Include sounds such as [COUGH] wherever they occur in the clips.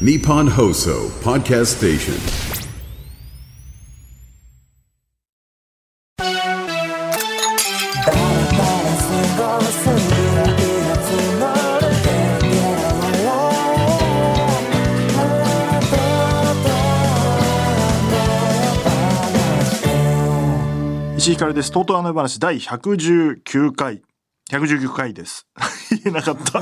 Nippon Hoso Podcast Station. 石井ひかるです。とうとうあの世話第119回。119回です。 [LAUGHS] 言えなかった。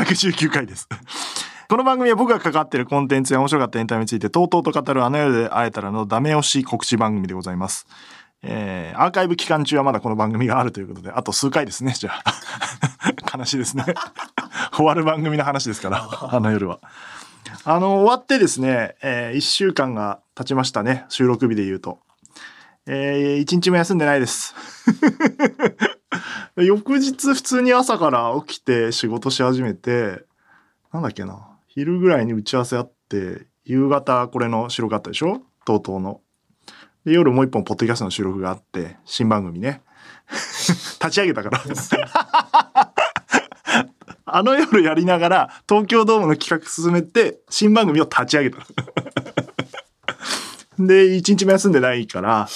119回です。 [LAUGHS] この番組は僕が関わっているコンテンツや面白かったエンタメについてとうとうと語るあの世で会えたらのダメ押し告知番組でございます。えー、アーカイブ期間中はまだこの番組があるということで、あと数回ですね、じゃあ。 [LAUGHS] 悲しいですね。 [LAUGHS] 終わる番組の話ですから、あの夜は。あの、終わってですね、え1週間が経ちましたね、収録日で言うと。えー、一日も休んでないです。 [LAUGHS] 翌日普通に朝から起きて仕事し始めて、なんだっけな、昼ぐらいに打ち合わせあって、夕方これの収録あったでしょとうとうの。で、夜もう一本ポッドキャストの収録があって、新番組ね。 [LAUGHS] 立ち上げたから。 [LAUGHS] あの夜やりながら東京ドームの企画進めて、新番組を立ち上げた。で、一日も休んでないから、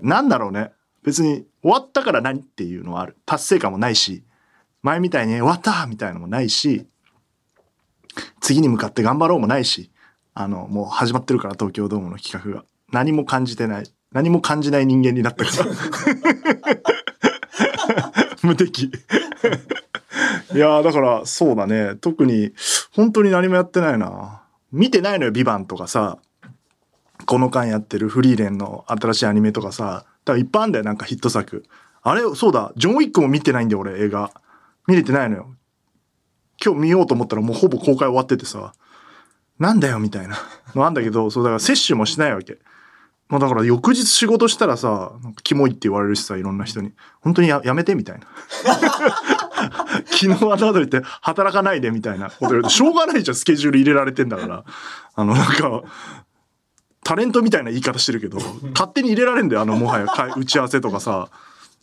なんだろうね。別に終わったから何っていうのはある。達成感もないし、前みたいに終わったみたいなのもないし、次に向かって頑張ろうもないし、あの、もう始まってるから東京ドームの企画が。何も感じてない。何も感じない人間になったから。 [LAUGHS] 無敵。いやーだからそうだね。特に、本当に何もやってないな。見てないのよ、ビバンとかさ。この間やってるフリーレンの新しいアニメとかさ、多分いっぱいあんだよ、なんかヒット作。あれ、そうだ、ジョン・ウィックも見てないんだよ、俺、映画。見れてないのよ。今日見ようと思ったらもうほぼ公開終わっててさ、なんだよ、みたいなのあんだけど、 [LAUGHS] そう、だから摂取もしないわけ。もうだから翌日仕事したらさ、なんかキモいって言われるしさ、いろんな人に。本当にややめて、みたいな。 [LAUGHS] 昨日あの後言って働かないで、みたいなこと言われて、しょうがないじゃん、スケジュール入れられてんだから。あの、なんか、タレントみたいな言い方してるけど、勝手に入れられんだよ、あの、もはや、か打ち合わせとかさ。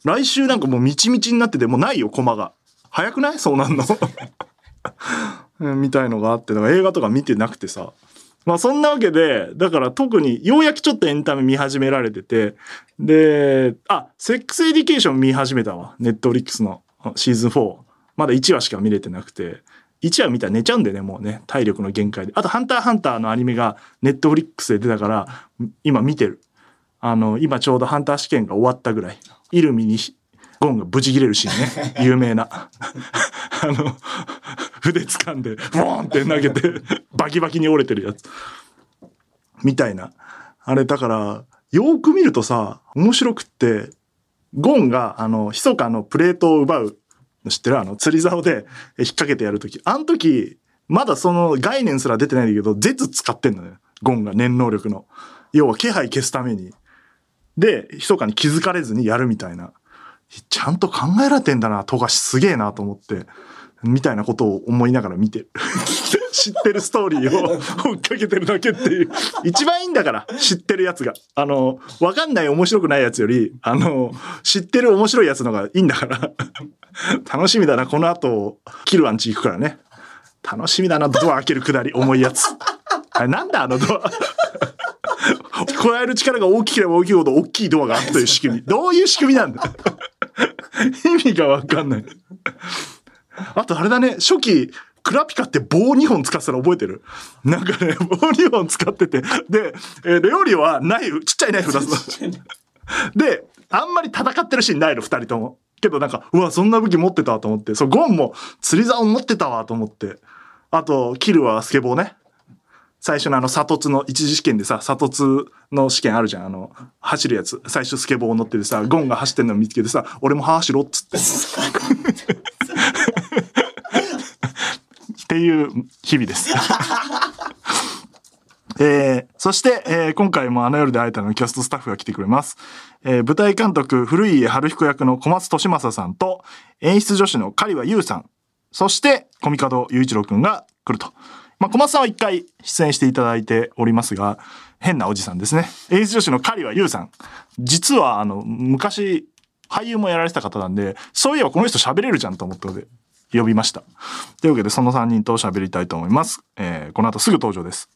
来週なんかもうみちみちになってて、もうないよ、コマが。早くないそうなんの。 [LAUGHS] うんみたいのがあって、だから映画とか見てなくてさ。まあそんなわけで、だから特に、ようやくちょっとエンタメ見始められてて、で、あ、セックスエディケーション見始めたわ。ネットフリックスのあシーズン4。まだ1話しか見れてなくて、1話見たら寝ちゃうんだよね、もうね。体力の限界で。あと、ハンターハンターのアニメがネットフリックスで出たから、今見てる。あの、今ちょうどハンター試験が終わったぐらい。イルミにゴンがブチ切れるシーンね。有名な。 [LAUGHS] あの、筆掴んで、ボーンって投げて、バキバキに折れてるやつ。みたいな。あれ、だから、よーく見るとさ、面白くって、ゴンが、あの、密かのプレートを奪うの知ってるあの、釣り竿でえ引っ掛けてやるとき。あの時、まだその概念すら出てないんだけど、絶使ってんのよ。ゴンが念能力の。要は気配消すために。で、密かに気づかれずにやるみたいな。ちゃんと考えられてんだな、富樫すげえなと思って、みたいなことを思いながら見てる。 [LAUGHS] 知ってるストーリーを追っかけてるだけっていう。一番いいんだから、知ってるやつが。あの、わかんない面白くないやつより、あの、知ってる面白いやつのがいいんだから。 [LAUGHS] 楽しみだな、この後、キルアンチ行くからね。楽しみだな、ドア開けるくだり、重いやつ。あれ、なんだ、あのドア。 [LAUGHS] こらえる力が大きければ大きいほど大きいドアがあるという仕組み。どういう仕組みなんだ意味がわかんない。あとあれだね、初期、クラピカって棒2本使ってたの覚えてるなんかね、棒2本使ってて、で、えーレオリオはナイフ、ちっちゃいナイフ出すの。で、あんまり戦ってるシーンないの、二人とも。けどなんか、うわ、そんな武器持ってたと思って、そう、ゴンも釣り竿持ってたわと思って。あと、キルはスケボーね。最初のあの、砂突の一次試験でさ、砂突の試験あるじゃん。あの、走るやつ。最初スケボー乗っててさ、ゴンが走ってんの見つけてさ、俺も走ろっつって。 [LAUGHS] っていう日々です。えーそして、えー今回もあの夜で会えたのキャストスタッフが来てくれます。えー舞台監督、古家春彦役の小松利正さんと、演出助手の狩場優さん、そして、コミカド雄一郎くんが来ると。まあ、小松さんは一回出演していただいておりますが、変なおじさんですね。演出助手の狩場優さん。実は、あの、昔、俳優もやられてた方なんで、そういえばこの人喋れるじゃんと思ったので、呼びました。というわけで、その3人と喋りたいと思います。えーこの後すぐ登場です。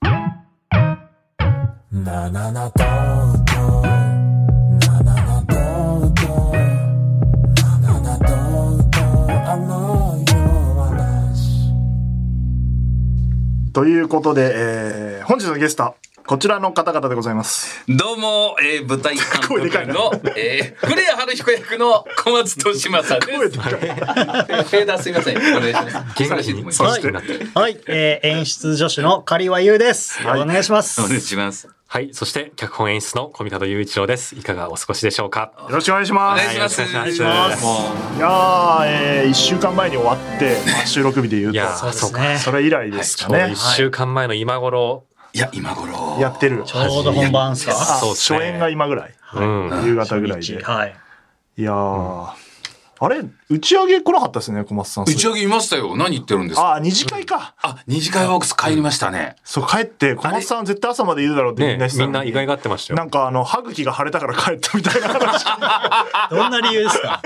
ななな東京ななな東京ななな東京あの夜話ということで、えー本日のゲスト、こちらの方々でございます。どうも、えー、舞台監督声でかいなの、えー、古谷春彦役の小松利正です。声でかいフェーダーすいません。お願いします。素晴らしいと思います。そおして、はい、えー演出助手の狩輪優です。はいお願いします。願いします。はい。そして、脚本演出の小見田雄一郎です。いかがお過ごしでしょうかよろしくお願いしおま願いす。します。お願いしますいやー、え1週間前に終わって、まあ収録日で言ういと、やそうー、ですそうか。ね。それ以来ですちかょうどね一。週間前の今頃、いや、今頃。やってる。ちょうど本番ですあか。そうっす初ね演が今ぐらい。うん。夕方ぐらいで。はい。いやー、あれ、打ち上げ来なかったですね、小松さん。打ち上げいましたよ。何言ってるんですかあー、二次会か。あ、二次会ワークス帰りましたね。そう、帰って、小松さん絶対朝までいるだろうってみんねな言ってたのみんにな意外がってましたなよ。んかあの、歯茎が腫れたから帰ったみたいな話どんな理由ですか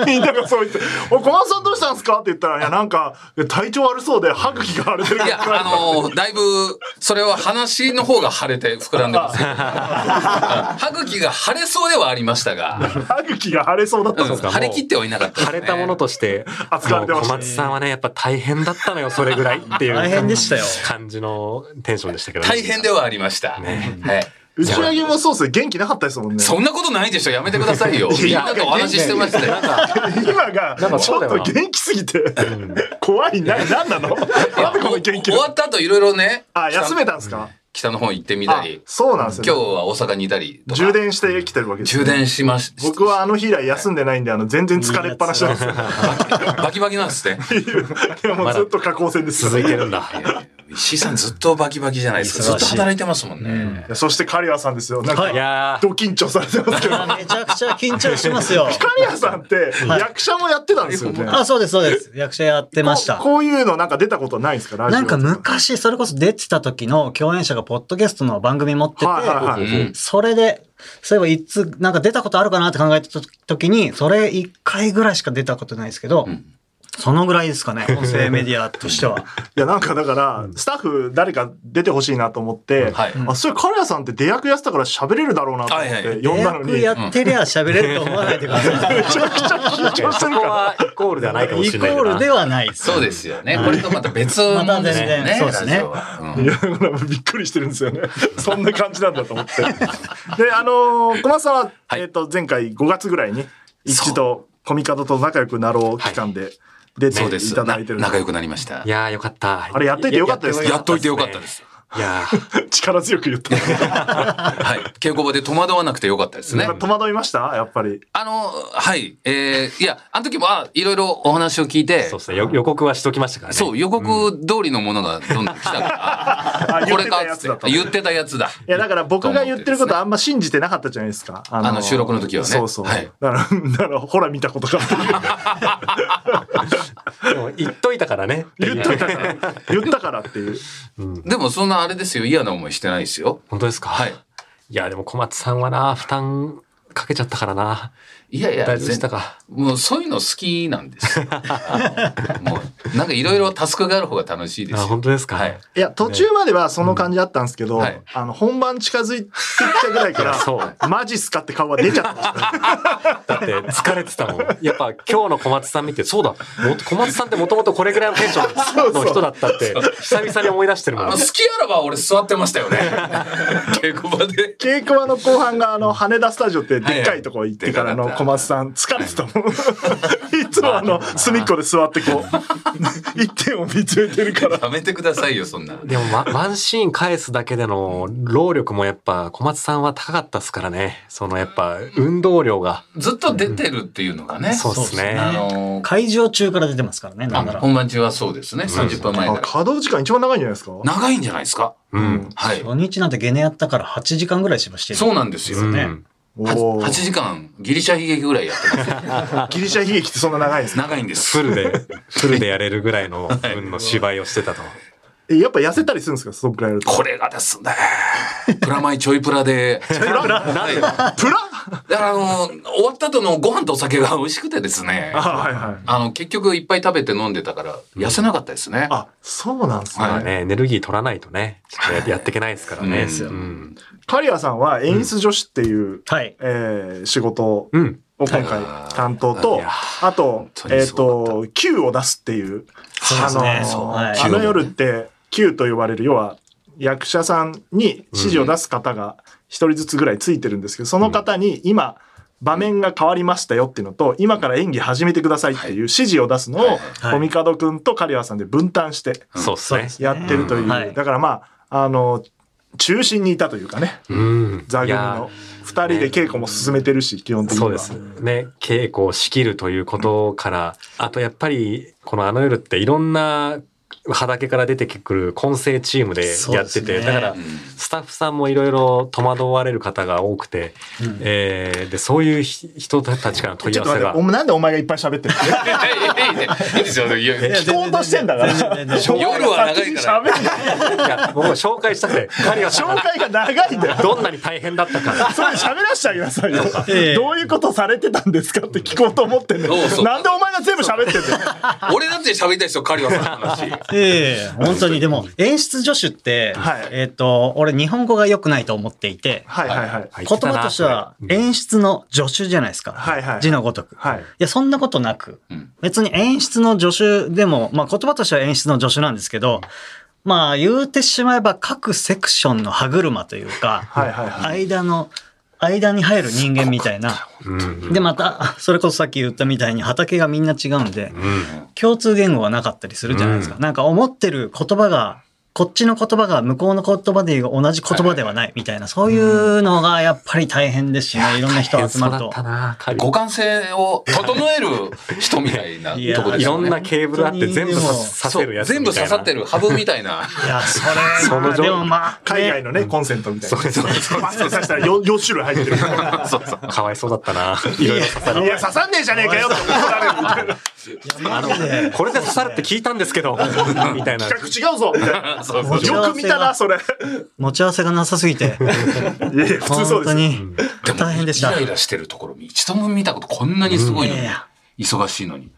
をみんながそう言って、おい、小松さんどうしたんですかって言ったら、いや、なんか、体調悪そうで歯茎が腫れてるかいらや帰っ、た。あのーだいぶ、それは話の方が腫れて膨らんでます。歯茎が腫れそうではありましたが、歯茎が腫れそうだったんですうか腫れ切ってはいなかったです晴ね。れたものとして、扱われてま小した松さんはね、やっぱ大変だったのよ、それぐらいって [LAUGHS] いう。大変でしたよ感じのテンションでしたけどね。大変ではありました。はい。打ち上げもそうですね、元気なかったですもんね。そんなことないでしょ。やめてくださいよ。みんなとお話ししてましたよ。今が、なんかちょそうっだよとな元気すぎて、怖い、な、なんなのなんでこの元気終わった後いろいろね、あ、休めたんですか北の方行ってみたあり、そうなんです今日よ、ね。は大阪にいたりとか。充電して来てるわけです、充電しまし、僕はあの日以来休んでないんで、あの、全然疲れっぱなしなんですよ。バキバキなんですね。 [LAUGHS] いや、もうずっと下降線です。続いてるんだ。石井さんずっとバキバキじゃないですか。ず忙っしいと働いてますもんね。そして、カリアさんですよ。なんか、いやド緊張されてますけど。カめちゃくちゃ緊張しますよ。リアさんって、役者もやってたんですよね。あ、そうです、そうです。役者やってましたこ。うこういうのなんか出たことないんですかラジオなんかと昔、それこそ出てた時の共演者がポッドキャストの番組持ってて、はいはいはい。うんそれで、そういえばいつ、なんか出たことあるかなって考えた時に、それ1回ぐらいしか出たことないですけど、そのぐらいですかね、音声メディアとしては。いや、なんかだから、スタッフ誰か出てほしいなと思って、はいあ、それ、カリアさんって出役やってたから喋れるだろうなと思っはいはて、い呼んだのに。役やってりゃ喋れると思わないでください。めちゃくちゃ緊張してそるこから。 [LAUGHS] はイコールではないかもイしコれないな。ールではないです。そうですよね。これとまた別もんですよまた全然ね。そうですねラジオはいや、だからびっくりしてるんですよね。 [LAUGHS] そんな感じなんだと思って。で、あのー小松さんは、はいえっ、と、前回5月ぐらいに、一度、コミカドと仲良くなろう期間で出そうてでいす。ただないてるん仲良で、くなりましたい。やーよかった。あれやっといてよかったですねやっといてよかったで。す。いや力強く言った。はい。稽古場で戸惑わなくてよかったですねなん。か戸惑いましたやっぱり。あの、はい。えー、いや、あの時も、あ、いろいろお話を聞いて、ーそうですね。よ予告はしときましたからね。そう、予告通りのものがどんどん来たから、あこれか言っってたやつつだってと言ってたやつだ。いや、だから僕が言ってることあんま信じてなかったじゃないですか。ああの収録の時はねそうそう。はいだから、 [LAUGHS] だからほら見たことがでも言っといたからね。 [LAUGHS] 言っといたから、言ったからっていう。でもそんなあれですよ、嫌な思いしてないですよ。本当ですかはい。いや、でも小松さんはな、負担かけちゃったからな。いやいや、大丈夫でしたか全もうそういうの好きなんですよ。あのもう、なんかいろいろタスクがある方が楽しいですあ、よ。本当ですか、はいい。いや、途中まではその感じあったんですけど、はいあの、本番近づいてきたぐらいかい [LAUGHS] やそら、うマジっすかって顔が出ちゃってま [LAUGHS] した。だって疲れてたもん。やっぱ今日の小松さん見て、そうだ、も小松さんってもともとこれぐらいのテンションの人だった [LAUGHS] って、 [LAUGHS] 久々に思い出してるもん。あのは好きあらば俺座ってましたよね。稽古場で。稽古場の後半が、あの、羽田スタジオってでっかいとこ行ってからはのいはい小松さん、疲れてたも [LAUGHS] ん。いつもあの、隅っこで座ってこう、 [LAUGHS] 一点を見つめてるから。やめてくださいよ、そんな。でも、ま、ワンシーン返すだけでの労力もやっぱ小松さんは高かったですからね。そのやっぱ運動量が。ずっと出てるっていうのがね。そうですあね。の会場中から出てますからね、なんなら。本番中はそうですね。30分前あか、ら。稼働時間一番長いんじゃないですか長いんじゃないですか。うん。はい。初日なんてゲネやったから8時間ぐらいしましてる。そうなんですよ。うんねお8ー時間、ギリシャ悲劇ぐらいやってます。ギリシャ悲劇って [LAUGHS] そんな長いんですね [LAUGHS] 長いんです。フルで、フルでやれるぐらいの分の芝居をしてたと。えやっぱ痩せたりするんですかそんくらいやると。これがですね、プラマイちょいプラで、はいプラだからあの、終わった後のご飯とお酒が美味しくてですね、あ、はいはい。あの、結局いっぱい食べて飲んでたから、痩せなかったですね。あ、そうなんですね。まあね、エネルギー取らないとね、ちょっとやっていけないですからね。うんうん。カリアさんは演出助手っていう、はい。えー仕事をうん。今回担当いとや、あと本当、にえっすごかと、Q を出すっていう、そうですねあそうのはいー、あの夜って Q と呼ばれる、要は役者さんに指示を出す方が一人ずつぐらいついてるんですけど、その方に今、場面が変わりましたよっていうのと、今から演技始めてくださいっていう指示を出すのを、はいコミカドくんとカリアさんで分担してそうですね。やってるという、うんはいだからまあ、あの、中心にいたというかね、うん。座い組やの。二人で稽古も進めてるし、基本的にそうは。です。ね。稽古を仕切るということから、あとやっぱり、このあの夜っていろんな畑から出てくる混成チームでやってそうでて、すねだからうん、スタッフさんもいろいろ戸惑われる方が多くて、えーで、そういうひ人たちからの問いち合ょっわとせ待ってがお。前、なんでお前がいっぱい喋ってる [LAUGHS] い [LAUGHS] やいやいやいいですよ。いやや聞こうとしてんだから。全然全然 [LAUGHS] 紹介が夜は長いから先に喋る [LAUGHS] いや僕も紹介したくて、カリアさん紹が介が長いんだよ。どんなに大変だったか。それ喋らせてあげなさいよ。ええどういうことされてたんですかって聞こうと思ってんのそうそうなんでお前が全部喋ってんだよ。俺だって喋りたいですよ、カリワさんの話。ええ本当に、でも、演出助手って、はいえっ、と、俺、日本語が良くないと思っていて、はいはいはい。はい言葉としては、うん演出の助手じゃないですか。はいはい字のごとく。はいや、そんなことなく、ん別に演出の助手でも、まあ、言葉としては演出の助手なんですけど、まあ、言うてしまえば、各セクションの歯車というか、はいはいは間の、間に入る人間みたいな。で、また、それこそさっき言ったみたいに畑がみんな違うんで、共通言語はなかったりするじゃないですか。なんか思ってる言葉が、こっちの言葉が向こうの言葉で言う同じ言葉ではないみたいな、そういうのがやっぱり大変ですしね、いろんな人が集まるそうだとっ。たな、カリア互換性を整える人みたいなやとこでいすろよんね。なケーブルあって全部刺させるやつみたい全な。部刺さってるハブみたいな。いや、それ、そのまあ状でもまあ、海外ねのね、コンセントみたいな。バ [LAUGHS] ッと刺したら 4, 種類入ってる。そうそう。 [LAUGHS] かわいそうだったな。いろいろ刺さいれや、刺さんねえじゃねえかよって怒られるみたいな。マジでこれで刺さるって聞いたんですけど、みたいな。企画違うぞみたいな。そうそうよく見たな、それ。い持ち合わせがなさすぎて、やいや、普通そうで本当す。にでも大変でした。イライいラしてるところ、一度も見たことこんなにすごいのにいやいや。忙しいのに。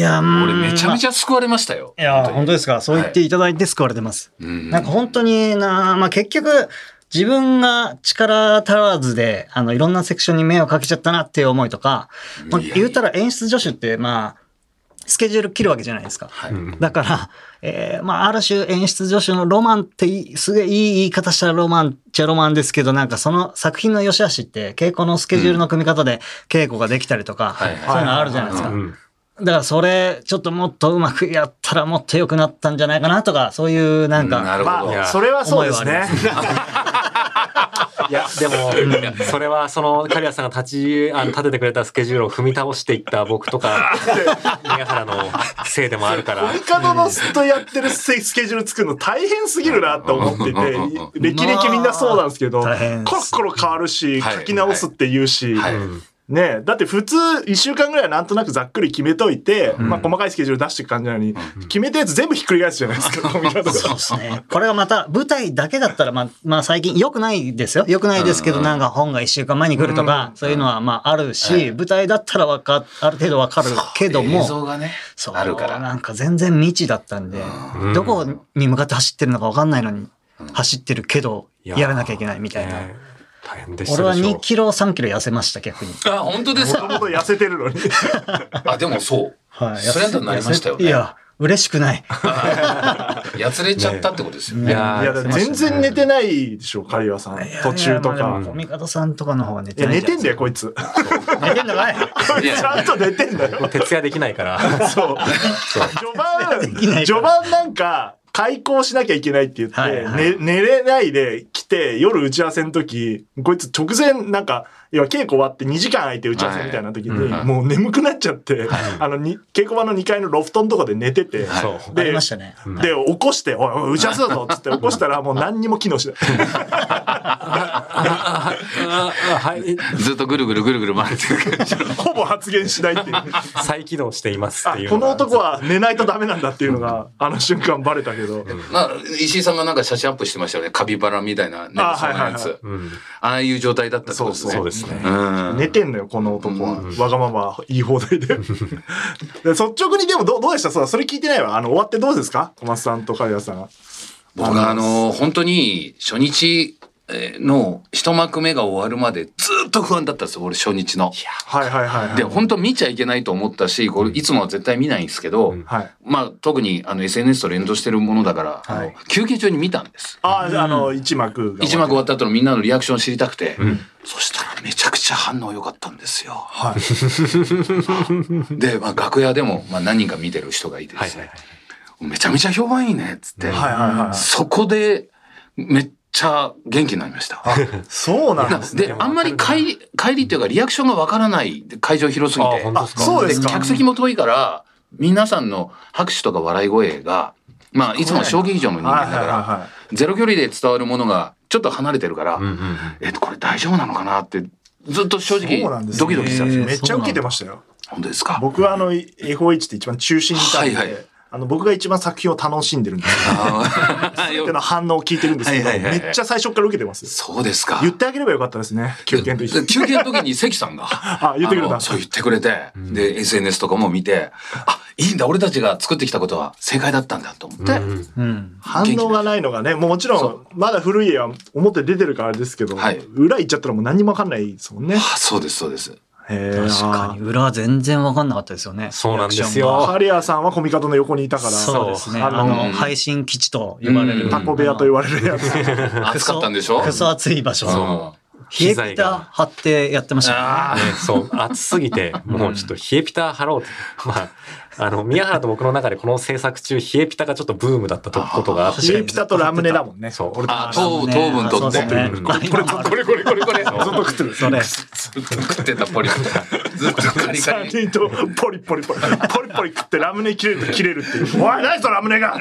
や、もう俺めちゃめちゃ救われましたよ。いやー、本当ですか。そう言っていただいて救われてます。なんか本当にな、まあ結局、自分が力足らずで、あの、いろんなセクションに迷惑かけちゃったなっていう思いとか、まあ、言うたら演出助手って、まあ、スケジュール切るわけじゃないですか。だから、えーまあ、ある種演出助手のロマンっていいすげえいい言い方したらロマンっちゃロマンですけど、なんかその作品の良し悪しって、稽古のスケジュールの組み方で稽古ができたりとか、そういいうはいのあるじゃないですかう。んだからそれ、ちょっともっとうまくやったらもっと良くなったんじゃないかなとか、そういうなんか、なるほど。まあ、それはそうです思いはねあいり。や、でも、うんそれは、その、カリアさんが立ち、あの、立ててくれたスケジュールを踏み倒していった僕とか、宮原のせいでもあるから、ミカドのスとやってるススケジュール作るの大変すぎるなって思ってい [LAUGHS] て、歴々みんなそうなんですけど、コまロあ大変ですコロ変わるし、はい書き直すって言うし、はいねえだって普通1週間ぐらいはなんとなくざっくり決めといて、まあ細かいスケジュール出していく感じなのに、決めたやつ全部ひっくり返すじゃないです [LAUGHS] か、コミカドが。そうですね。これがまた舞台だけだったら、まあ、まあ最近良くないですよ。良くないですけど、なんか本が一週間前に来るとか、そういうのはまああるし、舞台だったらわか、ある程度わかるけど映も、像がね、そうあるから。なんか全然未知だったんで、どこに向かって走ってるのかわかんないのに、走ってるけど、いやーやらなきゃいけないみたいな。ね大変でした俺ではしょ2キロ、3キロ痩せました、逆に。あ、本当ですもとも [LAUGHS] か。と痩せてる [LAUGHS] のに。あ、でもそう。それだとなりましたよね。いや、嬉しくない。やつれちゃったってことですよいね。やいや、ーだから全然寝てないでしょ、カリワさん。途中といやまあかでも。味方さんとかの方は寝いてや、ない寝じてゃんんだよ、こいつ。寝てんのかいこい [LAUGHS] つちゃんと寝てんだよ。徹夜できない [LAUGHS] から、そう。序盤、序盤なんか、開校しなきゃいけないって言って、はいはいね寝れないで来て、夜打ち合わせの時、こいつ直前、なんか、要は稽古終わって2時間空いて打ち合わせみたいな時に、もう眠くなっちゃって、あのに、稽古場の2階のロフトのとこで寝てて、そう。あでりましたね。で、起こして、おい、おい打ち合わせだぞっつって起こしたら、もう何にも機能しない。 [LAUGHS] はい、ずっとぐるぐるぐるぐる回ってる感じの。ほぼ発言しないっていう。再起動していますっていうこのが男は寝ないとダメなんだっていうのが、あの瞬間バレたけど。まあ、石井さんがなんか写真アップしてましたよね。カピバラみたいな寝あてそはういはないはいやつ。ああいう状態だったってことですね。そうですね。うん。寝てんのよ、この男は。わがまま言い放題 [LAUGHS] で。で率直にでもどうどうでしたそうそれ聞いてないわ。あの、終わってどうですか小松さんと刈谷さんは。僕はあの、本当に初日えーの一幕目が終わるまでずっと不安だったんですよ、俺初日の。はいはいはい、はい。で、本当見ちゃいけないと思ったし、これいつもは絶対見ないんですけど、はい。まあ特にあの SNS と連動してるものだから、あの休憩中に見たんです。ああ、あの、一幕が。一幕終わった後のみんなのリアクションを知りたくて、そしたらめちゃくちゃ反応良かったんですよ。 [LAUGHS] で、まあ、楽屋でも、まあ、何人か見てる人がいてですね、めちゃめちゃ評判いいねっつって、はいはいはい。そこでめっちゃ元気になりました。そうなんですね。 [LAUGHS] で、あんまり帰り、帰りっていうかリアクションがわからない。で会場広すぎあて。本当あ、ですかそうですでか。客席も遠いから、皆さんの拍手とか笑い声が、まあ、いつも小劇場の人はい間はいだはいから、はゼロ距離で伝わるものがちょっと離れてるから、うんうんえっと、これ大丈夫なのかなって、ずっと正直そうなんですねドキドキしてたんですい。よ。めっちゃ受けてましたよ。本当ですか僕はあの、F1 って一番中心にいたんで、はいはいあの、僕が一番作品を楽しんでるんですよ。あ [LAUGHS] ーっての反応を聞いてるんですけど、はいはいはいはいめっちゃ最初から受けてますよ。 [LAUGHS] そうですか。言ってあげればよかったですね。休憩の時。休憩の時に関さんが。あ、言ってくれあたの。そう言ってくれて、で、SNS とかも見て、あ、いいんだ、俺たちが作ってきたことは正解だったんだと思って、うん。反応がないのがね、もうもちろん、まだ古い家は表出てるからあれですけど、はい裏行っちゃったらもう何にもわかんないですもんね。あ、そうです、そうです。へー確かに。裏は全然わかんなかったですよね。そうなんですあよ。ハリアさんはコミカドの横にいたから、そうですね。ああのの、配信基地と呼ばれうんる。タコ部屋と言われるやつ。 [LAUGHS] 暑かったんでしょクソ暑い場う所。ん冷機えピ材タが貼ってやってましたあねそう、暑すぎて、もうちょっと冷えピタ貼ろうって。まあ、あの、宮原と僕の中でこの制作中、冷えピタがちょっとブームだったとことがあって。確かにピタとラムネだもんね。そう俺あ、ずっ糖分、糖分とって。これこれこれこれこ [LAUGHS] れ。と食ってる。それ。ずっと食ってたポリプ。ずっとカリカ三リ。人とポリポリポリポリポリ食ってラムネ切れると切れるっていう。おい、何そのラムネが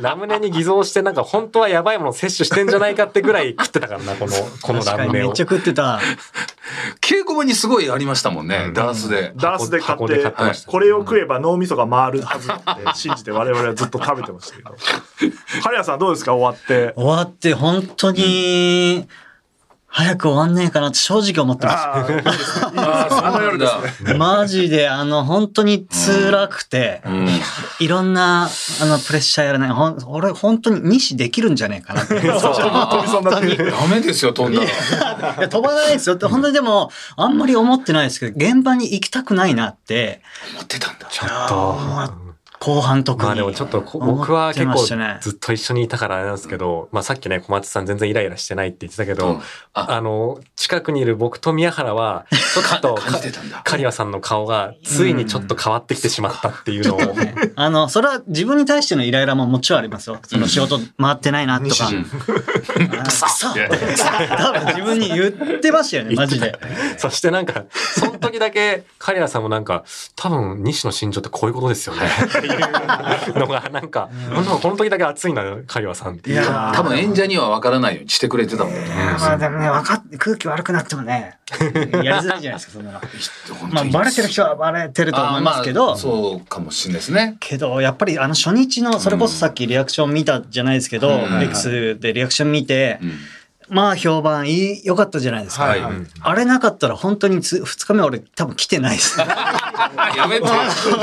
ラムネに偽造して、なんか本当はやばいものを摂取してんじゃないかってぐらい食ってたからな、この、この確かラにムめネっをちゃ。食ってた。稽古場にすごいありましたもんね、ダースで。ダースで買っ箱てで買ってましたこれを食えば脳みそが回るはずって信じて我々はずっと食べてましたけど。カリアさんどうですか終わ [LAUGHS] って。終わって本当に、早く終わんねえかなって正直思ってました。あーあー、そうなんだ。 [LAUGHS] マジで、あの、本当に辛くて、いろんな、あの、プレッシャーやらない。ほん俺、本当に2子できるんじゃねえかな [LAUGHS] って。そう飛びそうになってるダメですよ、飛んだら。いや飛ばないですよって、本当にでも、あんまり思ってないですけど、現場に行きたくないなって、持ってたんだ。後半特に。まあでもちょっとこ僕は結思ってました構ねずっと一緒にいたからあれなんですけど、まあさっきね小松さん全然イライラしてないって言ってたけど、うんああの近くにいる僕と宮原はちょっと感じてたんだ刈谷さんの顔がついにちょっと変わってきてしまったっていうのを、あの、それは自分に対してのイライラももちろんありますよ。その仕事回ってないなとか。あくそ多分自分に言ってましたよね、マジで。 [LAUGHS] そしてなんかその時だけ刈谷さんもなんか多分西野心情ってこういうことですよねっていうのがなんか、本当この時だけ熱いんだよ刈谷さんっていう。や多分演者には分からないようにしてくれてたもんね。まあでもね、わかっ空気悪くなってもね、やりづらいじゃないですか、そんなの。本ま当あ、にバレてる人はバレてると思いますけあーまどあ、そうかもしれないですね。けど、やっぱりあの初日の、それこそさっきリアクション見たじゃないですけど、ん X でリアクション見てう、んまあ評判いい、良かったじゃないですか。はいはいあれなかったら本当につ2日目俺多分 [LAUGHS] 来てないです。やめて。危ね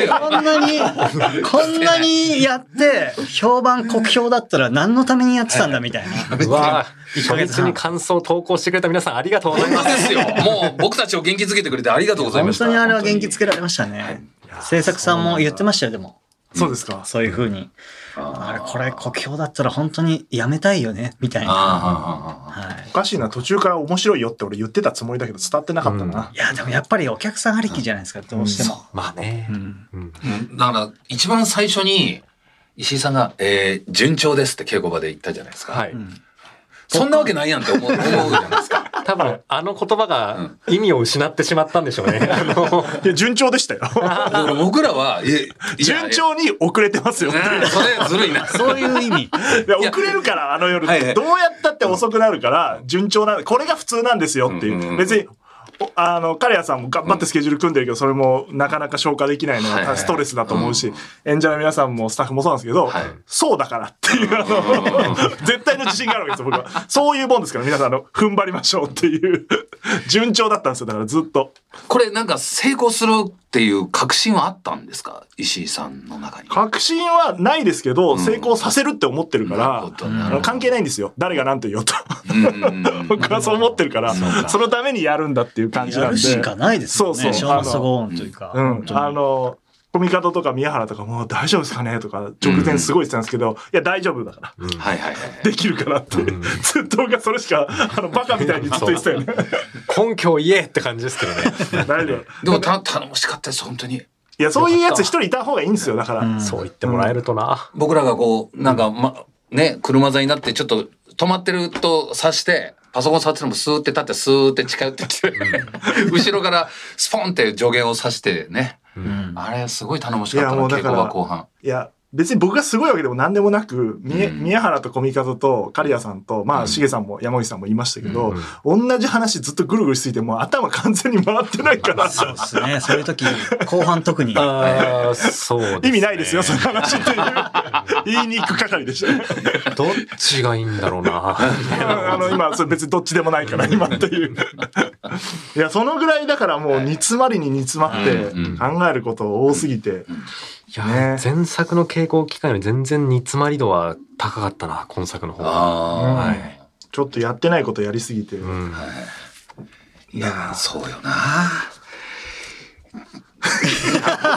えこんなに、こんなにやって、評判、酷評だったら何のためにやってたんだみたいな。うわぁ、初日に感想を投稿してくれた皆さんありがとうございます本当。ですよ。もう僕たちを元気づけてくれてありがとうございま本した。当にあれは元気つけられましたね。制作さんも言ってましたよ、でも。そうですか。そういうふうに。あれ、これ、酷評だったら本当にやめたいよね、みたいな。ああはい。おかしいな。途中から面白いよって俺言ってたつもりだけど伝わってなかったないや、でもやっぱりお客さんありきじゃないですか、どうしても。まあね。うんだから、一番最初に、石井さんが、えー順調ですって稽古場で言ったじゃないですか。はい。そんなわけないやんって思う思うじゃないですか。多分、あの言葉が意味を失ってしまったんでしょうね。あの、いや、順調でしたよ。だから僕らは、え、いや順調に遅れてますよっていううんそれずるいな。そういう意味。いや遅れるからあの夜って、はいはいどうやったって遅くなるから順調なんこれが普通なんですよっていう、うんうんうん別におあの彼らさんも頑張ってスケジュール組んでるけど、それもなかなか消化できないのはいはがいストレスだと思うし、演者の皆さんもスタッフもそうなんですけど、はいそうだからっていうあの [LAUGHS] 絶対の自信があるわけですよ僕はそういうもんですから皆さんあの踏ん張りましょうっていう順調だったんですよだからずっとこれなんか成功するっていう確信はあったんですか石井さんの中に。確信はないですけど、成功させるって思ってるかなるらほどなるほど関係ないんですよ誰が何と言おうと。うんうんうん僕はそう思ってるから、そのためにやるんだっていう感じやなんるで。しかないですよね。そうそうショーマストゴーンというか。うん。あの、コミカドとか宮原とかもう大丈夫ですかねとか、直前すごい言ってたんですけど、いや大丈夫だから。はいはいはい。できるからって。ずっと僕はそれしか、あの、バカみたいにずっと言ってたよね。根拠を言えって感じですけどね。 [LAUGHS] 大丈夫。でもた頼もしかったです本当に。いや、そういうやつ一人いた方がいいんですよ、だから。そう言ってもらえるとな。僕らがこうなんかまね車座になってちょっと止まってるとさしてパソコン触ってるのもスーって立ってスーって近寄ってきて後ろからスポンって助言をさしてね、あれすごい頼もしかったいやものうだ稽から古場後半いや、別に僕がすごいわけでも何でもなく、みえ宮原とコミカドと刈谷さんと、まあ、しげさんも山口さんも言いましたけど、同じ話ずっとぐるぐるしついて、もう頭完全に回ってないから。そうですね。そういう時、後半特に。 [LAUGHS] ああ、そうですね意味ないですよ、その話っていう。言いに行く係でしたね。どっちがいいんだろうな。あの、今、それ別にどっちでもないから、今っていう。いや、そのぐらいだからもう煮詰まりに煮詰まって、考えること多すぎて。いや、ね前作の傾向機会より全然煮詰まり度は高かったな、今作の方が。あちょっとやってないことやりすぎて。うん、ーいやそうよな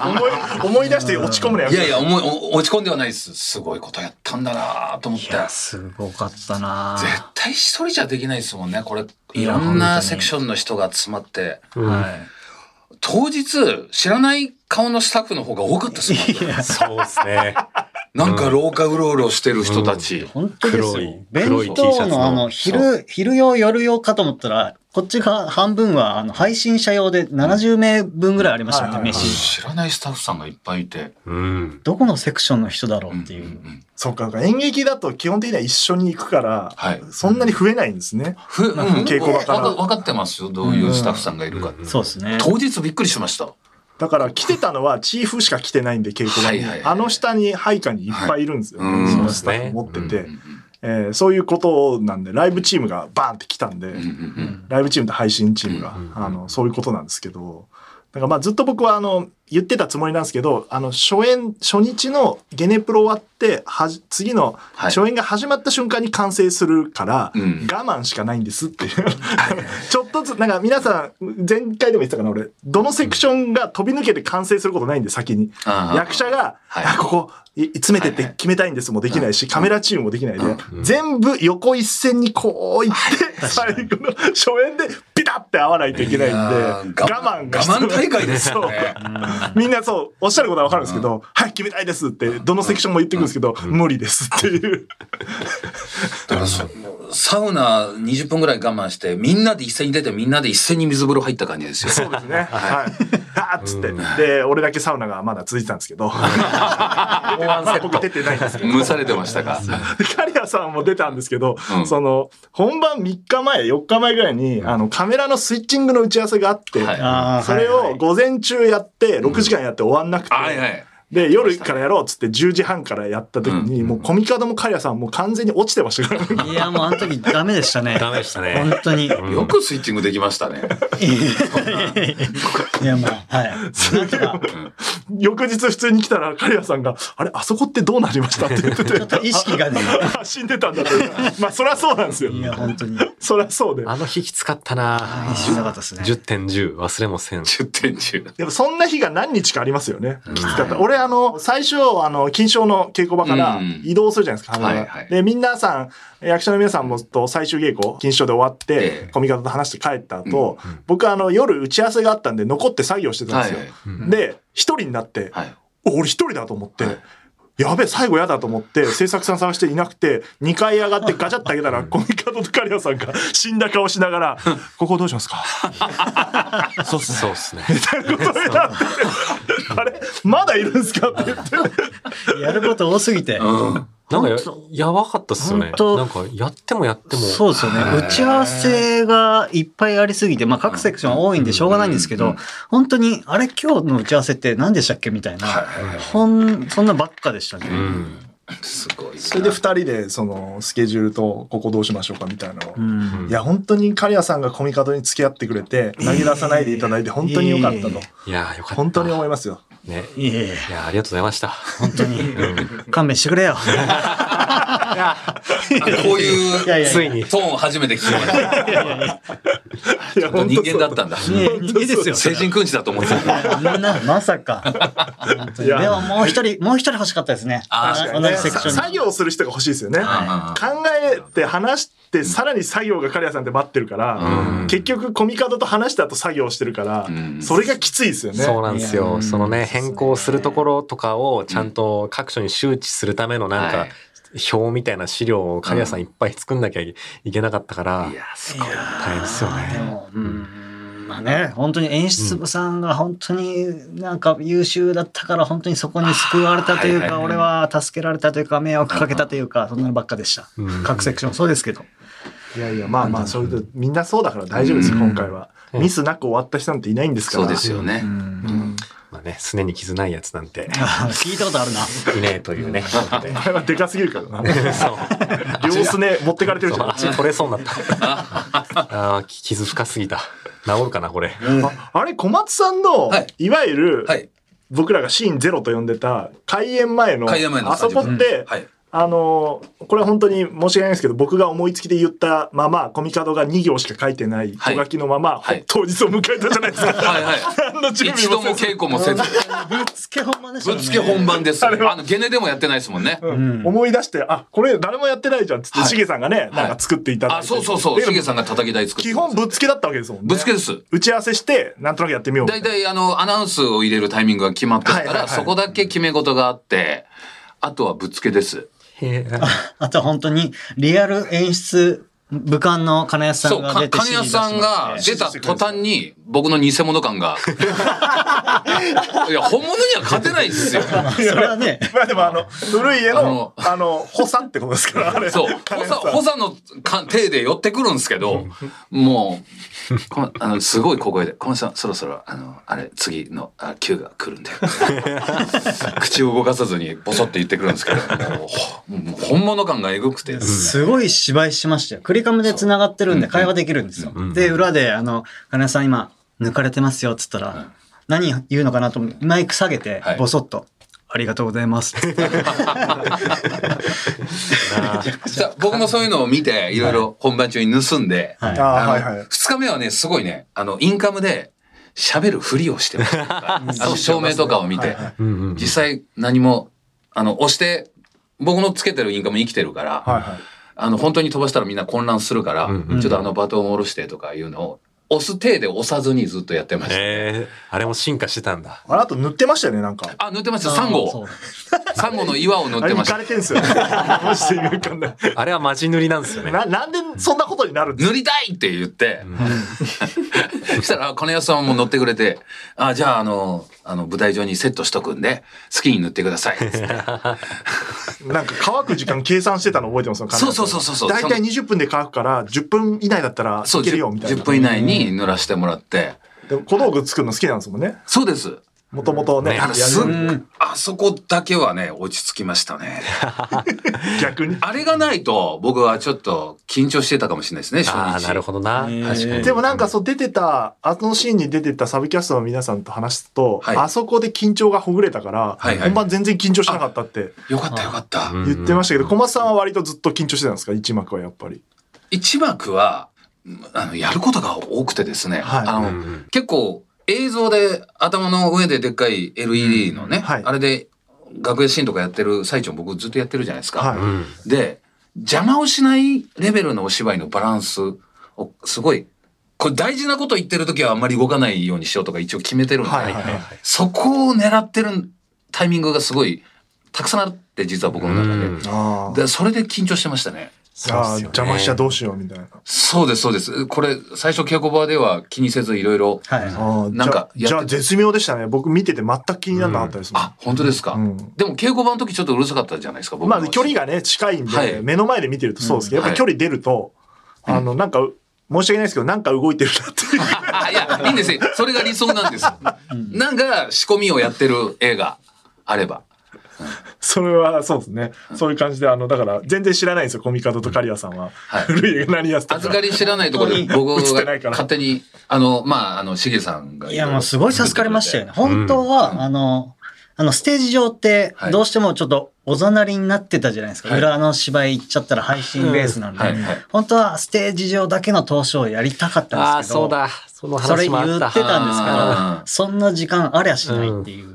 思い、思い出して落ち込むのやいめてやいや思いお落ち込んではないですすごいことやったんだなと思っていや、すごかったな絶対一人じゃできないですもんねこれいろんなセクションの人が集まってはい。当日知らない顔のスタッフの方が多かったですもんねそうですね。なんか廊下うろうろしてる人たち、本当です黒よい。弁黒い T シャツ当ののあの、そ昼、昼用、夜用かと思ったら、こっちが半分は、あの、配信者用で70名分ぐらいありましたもんね、はいはい飯。知らないスタッフさんがいっぱいいて、うん。どこのセクションの人だろうっていう。そうか、演劇だと基本的には一緒に行くから、はいそんなに増えないんですね。ふ、うん、稽古場からわ分かってますよどういうスタッフさんがいるか、そうですね。当日びっくりしましただから来てたのはチーフしか来てないんで稽古場に、はいはいはいあの下に配下にいっぱいいるんですよ、はいうんそのスタッフ持ってて、うんえーそういうことなんでライブチームがバーンって来たんで、うんうんライブチームと配信チームが、あのそういうことなんですけどだからまあずっと僕はあの言ってたつもりなんですけどあの初演初日のゲネプロ終わってはじ次のはい初演が始まった瞬間に完成するから、うん我慢しかないんですっていう [LAUGHS] ちょっとずつなんか皆さん前回でも言ってたかな俺どのセクションが飛び抜けて完成することないんで先にあー役者が、はいあここい詰めてって決めたいんですもできないし、カメラチームもできないで、全部横一線にこう行って、最後の初演でピタって合わないといけないんでいや我ー慢が必要我慢大会ですよねそうみんなそうおっしゃることはわかるんですけど、はい決めたいですってどのセクションも言ってくるんですけど、無理ですっていうだからそサウナ20分ぐらい我慢してみんなで一斉に出てみんなで一斉に水風呂入った感じですよそうですねはいあーっつって、で俺だけサウナがまだ続いてたんですけ [LAUGHS] どまあ僕出てないんですけど蒸されてましたがカリアさんも出たんですけど、うんその、本番3日前、4日前ぐらいに、あの、カメラのスイッチングの打ち合わせがあって、はいあーそれはいをはい午前中やって、6時間やって終わんなくて、はいはいで、夜からやろうっつって10時半からやった時に、もうコミカドもカリアさんも完全に落ちてましたから、いや、もうあの時ダメでしたね。ダメでしたね本当に。いよくスイッチングできましたねや、もう、はい。なんとか、 [LAUGHS] 翌日普通に来たらカリアさんが、あれ、あそこってどうなりましたって言って、ちょって [LAUGHS] と意識がね。あ死んでたんだって。まあ、そりゃそうなんですよい。や、本当に。そりゃそうで。あの日きつかったな。意識なかったですね。 10点10、忘れもせん。 10点中でもそんな日が何日かありますよね。きつかった。俺、あの、最初、あの、金賞の稽古場からうん移動するじゃないですか、羽田はいはいで、みんなさん、役者の皆さんもと最終稽古、金賞で終わって、ええコミカドと話して帰った後、僕、あの、夜打ち合わせがあったんで、残って作業してたんですよ。はいで、一人になって、はいお俺一人だと思って、やべえ、最後やだと思って、制作さん探していなくて、2階上がってガチャって開けたら、コミカドとカリアさんが死んだ顔しなが [LAUGHS] ら、ここどうしますかそうっすね。そうっすね。ってことになってて [LAUGHS] あれまだいるんですかって言って。やること多すぎて。なんかや、やばかったっすよね。本当なんか、やってもやっても。そうですよね。打ち合わせがいっぱいありすぎて、まあ各セクション多いんでしょうがないんですけど、本当に、あれ今日の打ち合わせって何でしたっけみたいな。ほん、そんなばっかでしたね。うん。すごいな。それで2人でそのスケジュールとここどうしましょうかみたいなのを、うんいや本当に刈谷さんがコミカドに付き合ってくれて投げ出さないでいただいて本当に良かったと、えいやー、よかった。本当に思いいますよね。いえいえ、いやー、ありがとうございました。本当に。勘弁してくれ [LAUGHS] よ。こういういやいやついに。トーン初めて聞きました。いちゃんと人間だったんだ。いやいいですよ。成人くんちだと思ってた。みんな、まさか。 [LAUGHS] 本当にいやでももう一人、もう一人欲しかったですね。あー確同じセクションに作業する人が欲しいですよね、は考えて話してさらに作業が刈谷さんって待ってるから、結局コミカドと話した後作業してるから、んそれがきついですよねそうなんですいやうよ。んそのね、変更するところとかをちゃんと各所に周知するためのなんはかい、表みたいな資料を刈谷さんいっぱい作んなきゃいけなかったから、すいやー大変ですよでね。も、うん、まあね、本当に演出部さんが本当になんか優秀だったから、本当にそこに救われたといあうーか、はいはい俺は助けられたというか、迷惑かけたというか、そんなのばっかでしたうん。各セクションそうですけど。いやいやまあまあそれでみんなそうだから大丈夫ですよ、今回は、ミスなく終わった人なんていないんですからそうですよね。まあね、すねに傷ないやつなん [LAUGHS] て聞いたことある [LAUGHS] な。いねえというね。こと [LAUGHS] であれはでかすぎるからなそう。両すね持ってかれてるじそゃうんあっち取れそうになった。 [LAUGHS] あーき傷深すぎた。治るかな、これ。ああれ小松さんの、はいい、わゆる、はい。僕らがシーンゼロと呼んでた開演前の開演前のあそこって、はい。あのこれは本当に申し訳ないですけど僕が思いつきで言ったままコミカドが2行しか書いてない小はい書きのまま、はい当日を迎えたじゃないですか。はいはい。 [LAUGHS] 何の準一備度ももせず稽古もせず。ぶっつけ本番でしたぶね。っつけ本番です。あの、ゲネでもやってないですもんね。思い出して、あ、これ誰もやってないじゃんっつって、はいシゲさんがね、なんか作っていただいあ、て。そうそうそう。でしげさんが叩き台作って。基本ぶっつけだったわけですもんね。ぶっつけです。打ち合わせして、なんとなくやってみようみた大いな。体あのアナウンスを入れるタイミングが決まってるから、はいはいはいそこだけ決め事があってあとはぶっつけですあとは本当にリアル演出武漢の金安さそうんがか出て指金谷示出しまさしんがて出た途端に僕の偽物感 [LAUGHS] がいや本物には勝てないですよそれはね、まあでもあの、古い家あのの、あの、補佐ってことですから、あれ。そう金谷補さん佐補佐のか手で寄ってくるんですけどもうこあのすごい小声で「小松さんそろそろあのあれ次のあ Q が来るん [LAUGHS] で」口を動かさずにボソって言ってくるんですけどもうほもう本物感がえぐくて。すごい芝居しましたよ。クリカムで繋がってるんで会話できるんですよ。で、裏で、あの、金谷さん今、抜かれてますよ、っつったら、何言うのかなと思って、マイク下げてはい、ボソッと、ありがとうございます。じゃあ僕もそういうのを見て、いろいろ本番中に盗んで、はいあーあのはいはい。二日目はね、すごいね、あの、インカムで喋るふりをして [LAUGHS] ました。あの、照明とかを見て、実際何も、あの、押して、僕のつけてるインカム生きてるから、はいはい。あの、本当に飛ばしたらみんな混乱するから、んちょっとあの、バトンを下ろしてとかいうのを、押す手で押さずにずっとやってました。えー、あれも進化してたんだ。あれあと塗ってましたよね、なんか。あ、塗ってました。サンゴそうを。サンゴの岩を塗っあてれ、ま行しかたれ。てんすよ。 [LAUGHS] マジで意味わかんない。あれはマジ塗りなん [LAUGHS] ですよね。な、なんでそんなことになるんです塗りたいって言って、そしたら金安さんも乗ってくれて、あ、じゃああの、あの舞台上にセットしとくんで、好きに塗ってく [LAUGHS] ださいっつって。かなんか乾く時間計算してたの覚えてますよ、そうそうそうそうそう大体20分で乾くから、10分以内だったらそう、いけるよ、みたい 10, な。分以内に塗らしてもらって。でも小道具作るの好きなんですもんね。そうです。もともとね、ねあやのるすあそこだけはね、落ち着きまし [LAUGHS] たね。逆に。あれがないと、僕はちょっと緊張してたかもしれないですね、初日。ああ、なるほどな。ー確かに。でもなんかそう出てた、あのシーンに出てたサブキャストの皆さんと話すと、はいあそこで緊張がほぐれたから、はいはい本番全然緊張しなかったってよかったよかった。言ってましたけど、小松さんは割とずっと緊張してたんですか一幕はやっぱり。一幕は、うんあの、やることが多くてですね、はいあの、結構映像で頭の上ででっかい LED のね、はいあれで学園シーンとかやってる最中も僕ずっとやってるじゃないですか。はい。で、邪魔をしないレベルのお芝居のバランスをすごい、これ大事なこと言ってる時はあんまり動かないようにしようとか一応決めてるんで、はいはいはいそこを狙ってるタイミングがすごいたくさんあって、実は僕の中で。ああ。で、それで緊張してましたね。そうっああ、すよね邪魔しちゃどうしようみたいな。そうです、そうです。これ、最初稽古場では気にせずいろいろ。はい。ああ、なんかじゃあじゃあやって絶妙でしたね。僕見てて全く気にならなかったですもん。あ、本当ですか。うんでも稽古場の時ちょっとうるさかったじゃないですか、僕まのあ距離がね、近いんで、はい目の前で見てるとそうですけど、うんやっぱ距離出ると、あの、なんか、申し訳ないですけど、なんか動いてるなっていう。あいや、いいんですよ。それが理想なんです。なんか仕込みをやってる映画あれば。それはそうですね。そういう感じで、あの、だから、全然知らないんですよ、コミカドとカリアさんは。はい古い映画何やってた預かり知らないところで僕映ってながいから勝手に、あの、まあ、あの、しげさんが。いや、もうすごい助かりましたよね。。本当は、あの、あの、ステージ上っては、いどうしてもちょっとおざなりになってたじゃないですか。はい裏の芝居行っちゃったら配信ベースなんで。はいはい本当はステージ上だけの投資をやりたかったああ、んですけど。そうだ。そのそれ話も言っあてったんで。すかあーら、そんな時間ありゃしないっていう。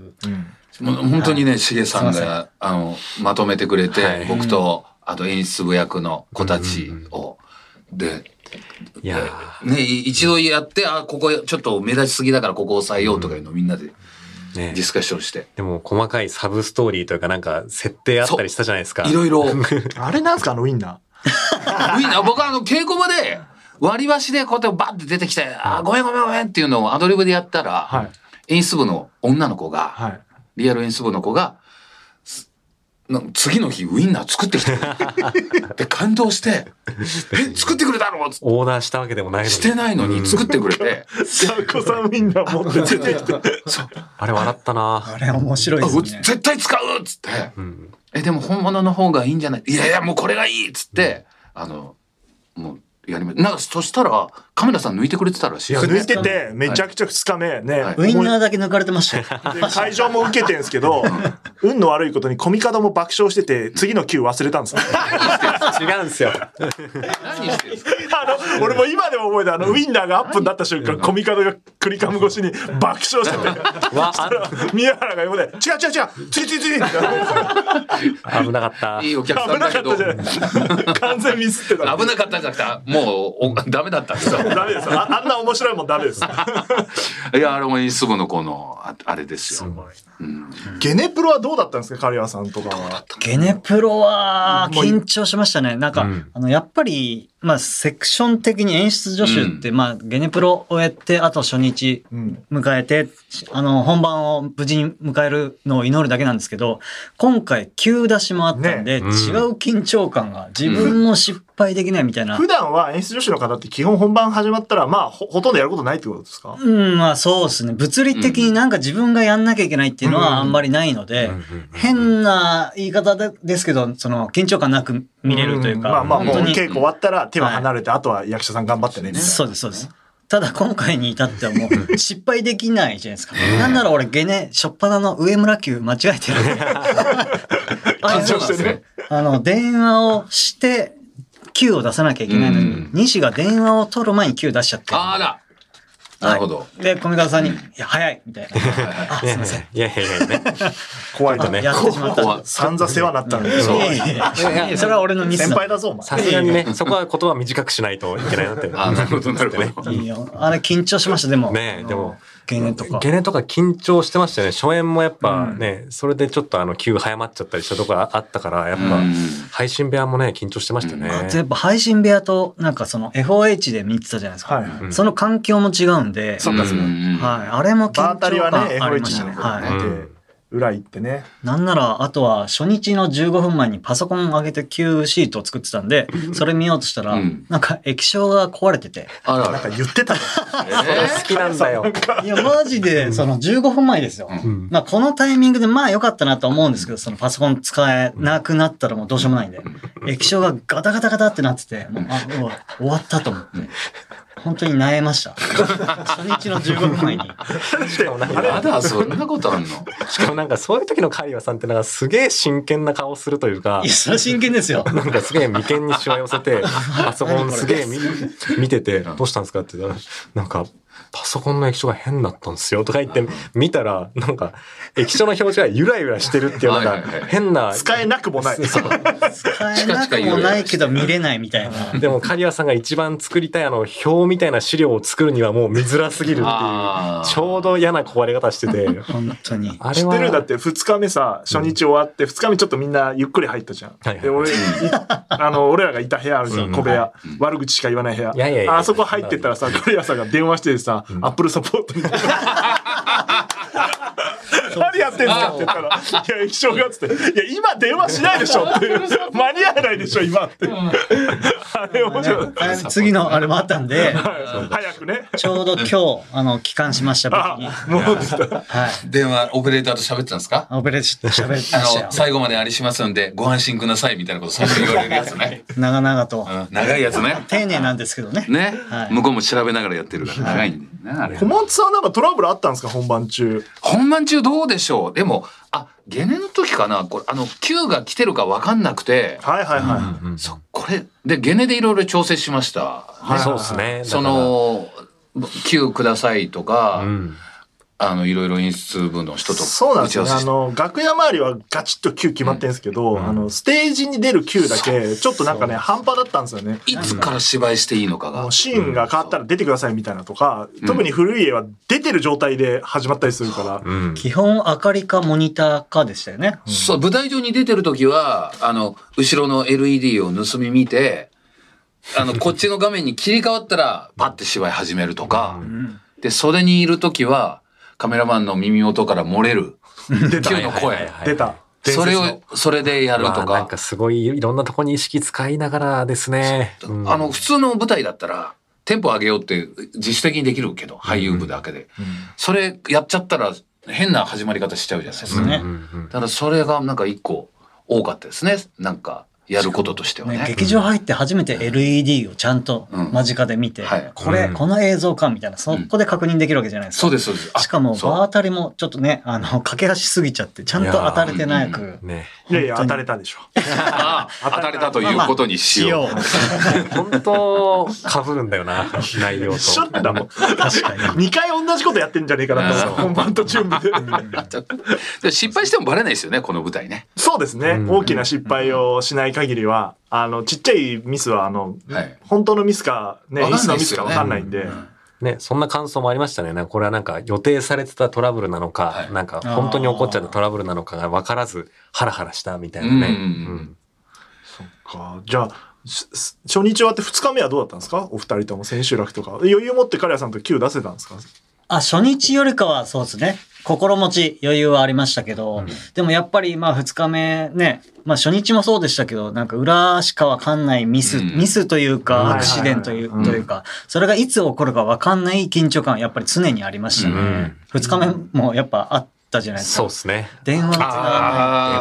もう本当にね、しげさんすいまが、あの、まとめてくれて、はい僕と、あと演出部役の子たちを、で、いやね、い一度やって、あ、ここちょっと目立ちすぎだからここ抑えようとかいうのをみんなでーねディスカッションして、でも細かいサブストーリーというかなんか設定あったりしたじゃないですか。いろいろ、 [LAUGHS] あれなんすか、あのウインナウィンナー僕はあの稽古場で割り箸でこうやってバッて出てきて「あーごめんごめんごめん」っていうのをアドリブでやったら、はい演出部の女の子が、ー。はい。リアル演出部の子がすな次の日ウインナー作ってきて [LAUGHS] で感動して「え作ってくれたの?」つオーダーしたわけでもないのに。してないのに作ってくれてサーコさんウインナー持って出てきて。あれ笑ったな。 [LAUGHS] あれ面白「いあでうすね。絶対使う!」っつって「えでも本物の方がいいんじゃない?」「いやいやもうこれがいい!」っつって、あのもうやりまなんかそしたらカメラさん抜いてくれてたらしいいや、ですね [LAUGHS] 抜いてて、めちゃくちゃ2日目ね、はいウインナーーだけ抜かれてましたよ。会場も受けてんすけど、運の悪いことにコミカドも爆笑してて、次の Q 忘れたんです [LAUGHS] よ。違うんですよ。何してるんですかあの、俺も今でも覚えて、あの、ウインナーがアップになった瞬間、コミカドがクリカム越しに爆笑して [LAUGHS] て、 [LAUGHS] わあ宮原が横で、違う違う違う、次次次みたいな。危なか [LAUGHS] った。いいお客さ危んだなけかどったじゃ危ない。完全ミスってた。なかったじゃなくてもうお [LAUGHS] ダメだったんですよダメですあ。あんな面白いもんダメです。いやあれも演出部の子のああれですよゲネプロはどうだったんですか、カリアさんとかは。ゲネプロは緊張しましたね。なんか、あの、やっぱり、まあ、セクション的に演出助手って、まあ、ゲネプロ終えて、あと初日ん迎えて、あの、本番を無事に迎えるのを祈るだけなんですけど、今回、急出しもあったんで、違う緊張感が、自分も失敗できないみたいな。普段は演出女子の方って基本本番始まったら、まあ、ほほとんどやることないってことですかうん、まあそうですね。物理的になんか自分がやんなきゃいけないっていうのはあんまりないので、変な言い方でですけど、その緊張感なく見れるというか、んまあまあ、もう本当に稽古終わったら手は離れて、あとは役者さん頑張ってね。みたいなそうです、そうです。ただ今回に至ってはもう失敗できないじゃないですか。なんなら俺ゲネ、初っ端の上村球間違えてる。あそうなんですねあの、電話をして、球を出さなきゃいけないのうにん、西が電話を取る前に球出しちゃって。あらなるほどで、小見川さんに、いや、早いみたいな。あ、すいません。いやいやいやね。怖いとやってしまった。怖散々世話になったのに。いやいやいやそれは俺のミス先だ。輩だぞ、お前。さす [LAUGHS] がにね、そこは言葉短くしないといけないなって。 [LAUGHS] あなるほどなるほどいいよあれ緊張しました、でも。ねえでも。ゲネとか。ゲネとか緊張してましたよね。初演もやっぱね、それでちょっとあの、急早まっちゃったりしたとこあったから、やっぱうん、配信部屋もね、緊張してましたね。あとやっぱ配信部屋と、なんかその FOH で見てたじゃないですか。はいはいその環境も違うんで。そっかそっかはい。あれも緊バー張タリは感ね、ありまし FH たにね。ね、はい。で裏行ってね。なんなら、あとは初日の15分前にパソコン上げて Q シートを作ってたんで、それ見ようとしたらん、なんか液晶が壊れてて。あらあなんから言ってたの。[LAUGHS] 好きな [LAUGHS] んだよ。いや、マジで、その15分前ですよ。まあ、このタイミングで、まあ良かったなと思うんですけど、そのパソコン使えなくなったらもうどうしようもないんで、液晶がガタガタガタってなってて、もう、あ、うわ終わったと思って。本当に萎えました。初日の15分前に。まだそんなことあんのしかもなんかそういう時のカリワさんってなんかすげえ真剣な顔するというかいや、、それは真剣ですよ。なんかすげえ眉 [LAUGHS] 間にしわ寄せて、パソコンすげえ見見てて、どうしたんですかって言ったら、なんか、パソコンの液晶が変だったんですよとか言って見たら、なんか、液晶の表示がゆらゆらしてるっていう、なんはいはいかはい変な。使えなくもない。使えなくもないけど見れないみたいな。でも、刈谷さんが一番作りたいあの、表みたいな資料を作るにはもう見づらすぎるっていう、あーちょうど嫌な壊れ方して [LAUGHS] て、本当に。あれ知っは。てるだって2日目さ初日終わって2日目ちょっとみんなゆっくり入ったじゃん、はいはいで俺いあの俺らがいた部屋あるじゃん小部屋、悪口しか言わない部屋いやいやいやあそこ入ってったらさカリアさんが電話しててさ、アップルサポートに何やってんすかって言ったら「いや液晶が」っつって「いや今電話しないでしょ」って「間に合わないでしょ今」ってあれ面白いだいぶ次のあれもあったんで、早くねちょうど今日、あの、帰還しました、 [LAUGHS] 僕に。戻ってきたはい。電話、オペレーターと喋ってたんですかオペレーション喋りまあしの、たよ。最後までありしますんで、ご安心くださいみたいなこと最初に言われるやつ [LAUGHS] ね。長々とう。ん長いやつね。丁寧なんですけどね。ねは。い向こうも調べながらやってるから、長いんだよね、あれ小松さんなんかトラブルあったんですか本番中本番中どうでしょうでも、あ、ゲネの時かなこれ、あの、Q が来てるか分かんなくて、はいはいはい、そこれ、で、ゲネでいろいろ調整しました。ねそうですね。その、Q くださいとか、んあの、いろいろ演出部の人とそうなん打ですちよ合わね。せあして。の、楽屋周りはガチッと Q 決まってんですけど、あの、ステージに出る Q だけ、ちょっとなんかね、半端だったんですよね。いつから芝居していいのかあがの。シーンが変わったら出てくださいみたいなとか、特に古い家は出てる状態で始まったりするから、だから、うん。基本、明かりかモニターかでしたよね。そう、舞台上に出てる時は、あの、後ろの LED を盗み見て、[LAUGHS] あの、こっちの画面に切り替わったら、パッて芝居始めるとか、で、袖にいる時は、カメラマンの耳元から漏れる、出た9の声。出た。伝そ説れのを、それでやるとまあ、なんかか。すごいいろんなとこに意識使いながらですね。うんあの、普通の舞台だったら、テンポ上げようって自主的にできるけど、俳優部だけで。それやっちゃったら、変な始まり方しちゃうじゃないですか。ねうんうんだからそれがなんか一個多かったですね。なんか、やることとしてはねね。劇場入って初めて LED をちゃんと間近で見て、うんはいこれ、うんこの映像かみたいな、そこで確認できるわけじゃないですか。そうです、そうです。あしかも、そう場当たりもちょっとね、あの、駆け足すぎちゃって、ちゃんと当たれてなく。ね。いやいや、当たれたでしょ。 [LAUGHS] ああ当たれたということにしよう。まあまあし本当、被るんだよな、内 [LAUGHS] 容と。一緒なんだもん。確かに。 2回同じことやってんじゃねえかなと思う、本番と準備で。 [LAUGHS] で失敗してもバレないですよね、この舞台ね。そうですね、ん大きな失敗をしない限りは、あの、ちっちゃいミスは、あの、はい本当のミスか、ね、わ演かん出なのいミでスすかよねわかんないんで、ね、そんな感想もありましたね。なんかこれはなんか予定されてたトラブルなのか、はいなんか本当に起こっちゃったトラブルなのかが分からず、ハラハラしたみたいなね。うんうんかじゃあしし初日終わって2日目はどうだったんですかお二人とも千秋楽とか余裕持って彼らさんと Q 出せたんですかあ、初日よりかはそうですね。心持ち余裕はありましたけど、でもやっぱりまあ2日目ね、まあ初日もそうでしたけど、なんか裏しかわかんないミス、うんミスというか、はいアクシデントという,、というか、それがいつ起こるかわかんない緊張感はやっぱり常にありましたね。うん2日目もやっぱあったじゃないですそうか。ですね。電話がつなが電あ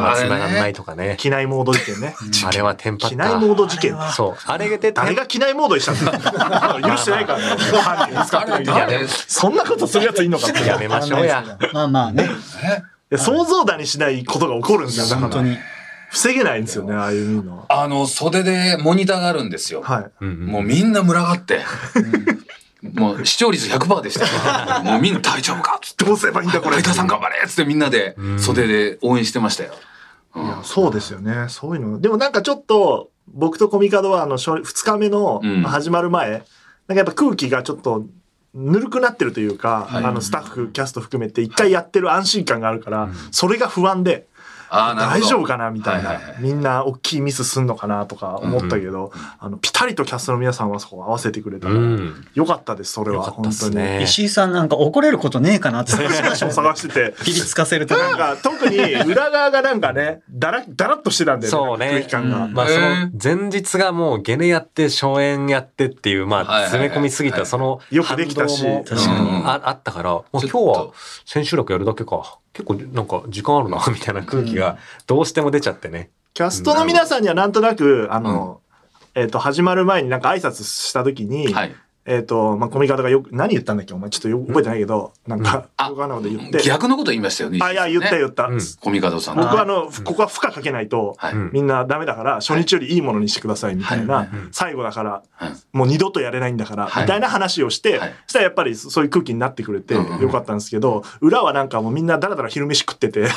話ー繋がんなあれいねとかね。機内モード事件ねあれはテンパっ機内モーた。ド事件そう。あれで誰が機内モードにしたん [LAUGHS] だ許してないからね犯人あれだねそんなことするやついんのかっていややめまらない。しょうや。まあまあね。想像だにしないことが起こるんですよだ本か当らに。防げないんですよねああいうのはあの、袖でモニターがあるんですよ。はいもうみんな群がって。もう視聴率100%でした [LAUGHS] よ。もうみんな大丈夫かっつって。どうすればいいんだこれ相田さん頑張れっつってみんなで袖で応援してましたよ。いやそうですよねそういうのでもなんかちょっと僕とコミカドはあの2日目のうん始まる前、なんかやっぱ空気がちょっとぬるくなってるというか、はいあのスタッフキャスト含めて一回やってる安心感があるから、それが不安でああ、なるほ大ど。丈夫かなみたいな、はいはいはいみんな大きいミスすんのかなとか思ったけど、あのピタリとキャストの皆さんはそこを合わせてくれたうから、ん。よかったですそれよはかった本っす当に。ね。石井さんなんか怒れることねえかなって探してましたもんね探しててピリつかせるとか。なんか特に裏側がなんかねだらだらっとしてたんだよねそうね空気感が。うんまあへそのー前日がもうゲネやって初演やってっていうまはいはいあはい詰め込みすぎたそのよくできたし反動も確かにうんああったからもう今日ちょっとは千秋楽やるだけか結構なんか時間あるなみたいな空気がどうしても出ちゃってねキャストの皆さんにはなんとなく、あの、えっ、と、始まる前になんか挨拶したときに、はいえっ、と、まあ、コミカドがよく、何言ったんだっけお前ちょっとよ覚えてないけど、なんか、あ僕はあんなこと言って。逆のこと言いましたよね。あ、いや、言った言っった。うんた。コミカドさん僕の。はあの、ここは負荷かけないと、はい。んみんなダメだから、初日よりいいものにしてくださいみたいな、はい最後だから、はいもう二度とやれないんだから、はいみたいな話をして、はいそしたらやっぱりそういう空気になってくれて、うんうんよかったんですけど、裏はなんかもうみんなだらだら昼飯食って [LAUGHS] て、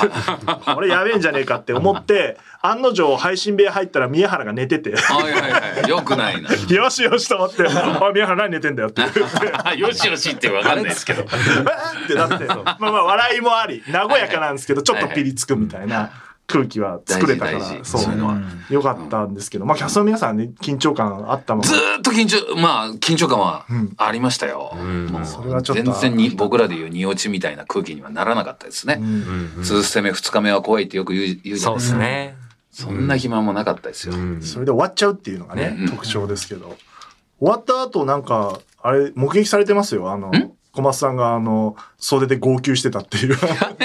これやべえんじゃねえかって思って、案の定配信部屋入ったら宮原が寝て [LAUGHS] て、はいはいはい。よくないな。よしよしと思 [LAUGHS] って、あ、宮原何寝てんだよって言って、よしよしってわかんないですけど。えってなって、まあまあ笑いもあり、和やかなんですけど、ちょっとピリつくみたいな空気は作れたか大事大ら、事そそういうのはう、よかったんですけど、まあキャストの皆さんね、緊張感あったままず。ーっと緊張、まあ、緊張感はありましたよ。もうれはちょっと全然に僕らで言う荷落ちみたいな空気にはならなかったですね。2ステ目、2日目は怖いってよく言う言うじゃそなうでいですすか。ね。そんな暇もなかったですよ。それで終わっちゃうっていうのがね、うん特徴ですけど。終わった後なんか、あれ、目撃されてますよ。あの、小松さんがあの、袖で号泣してたっていう。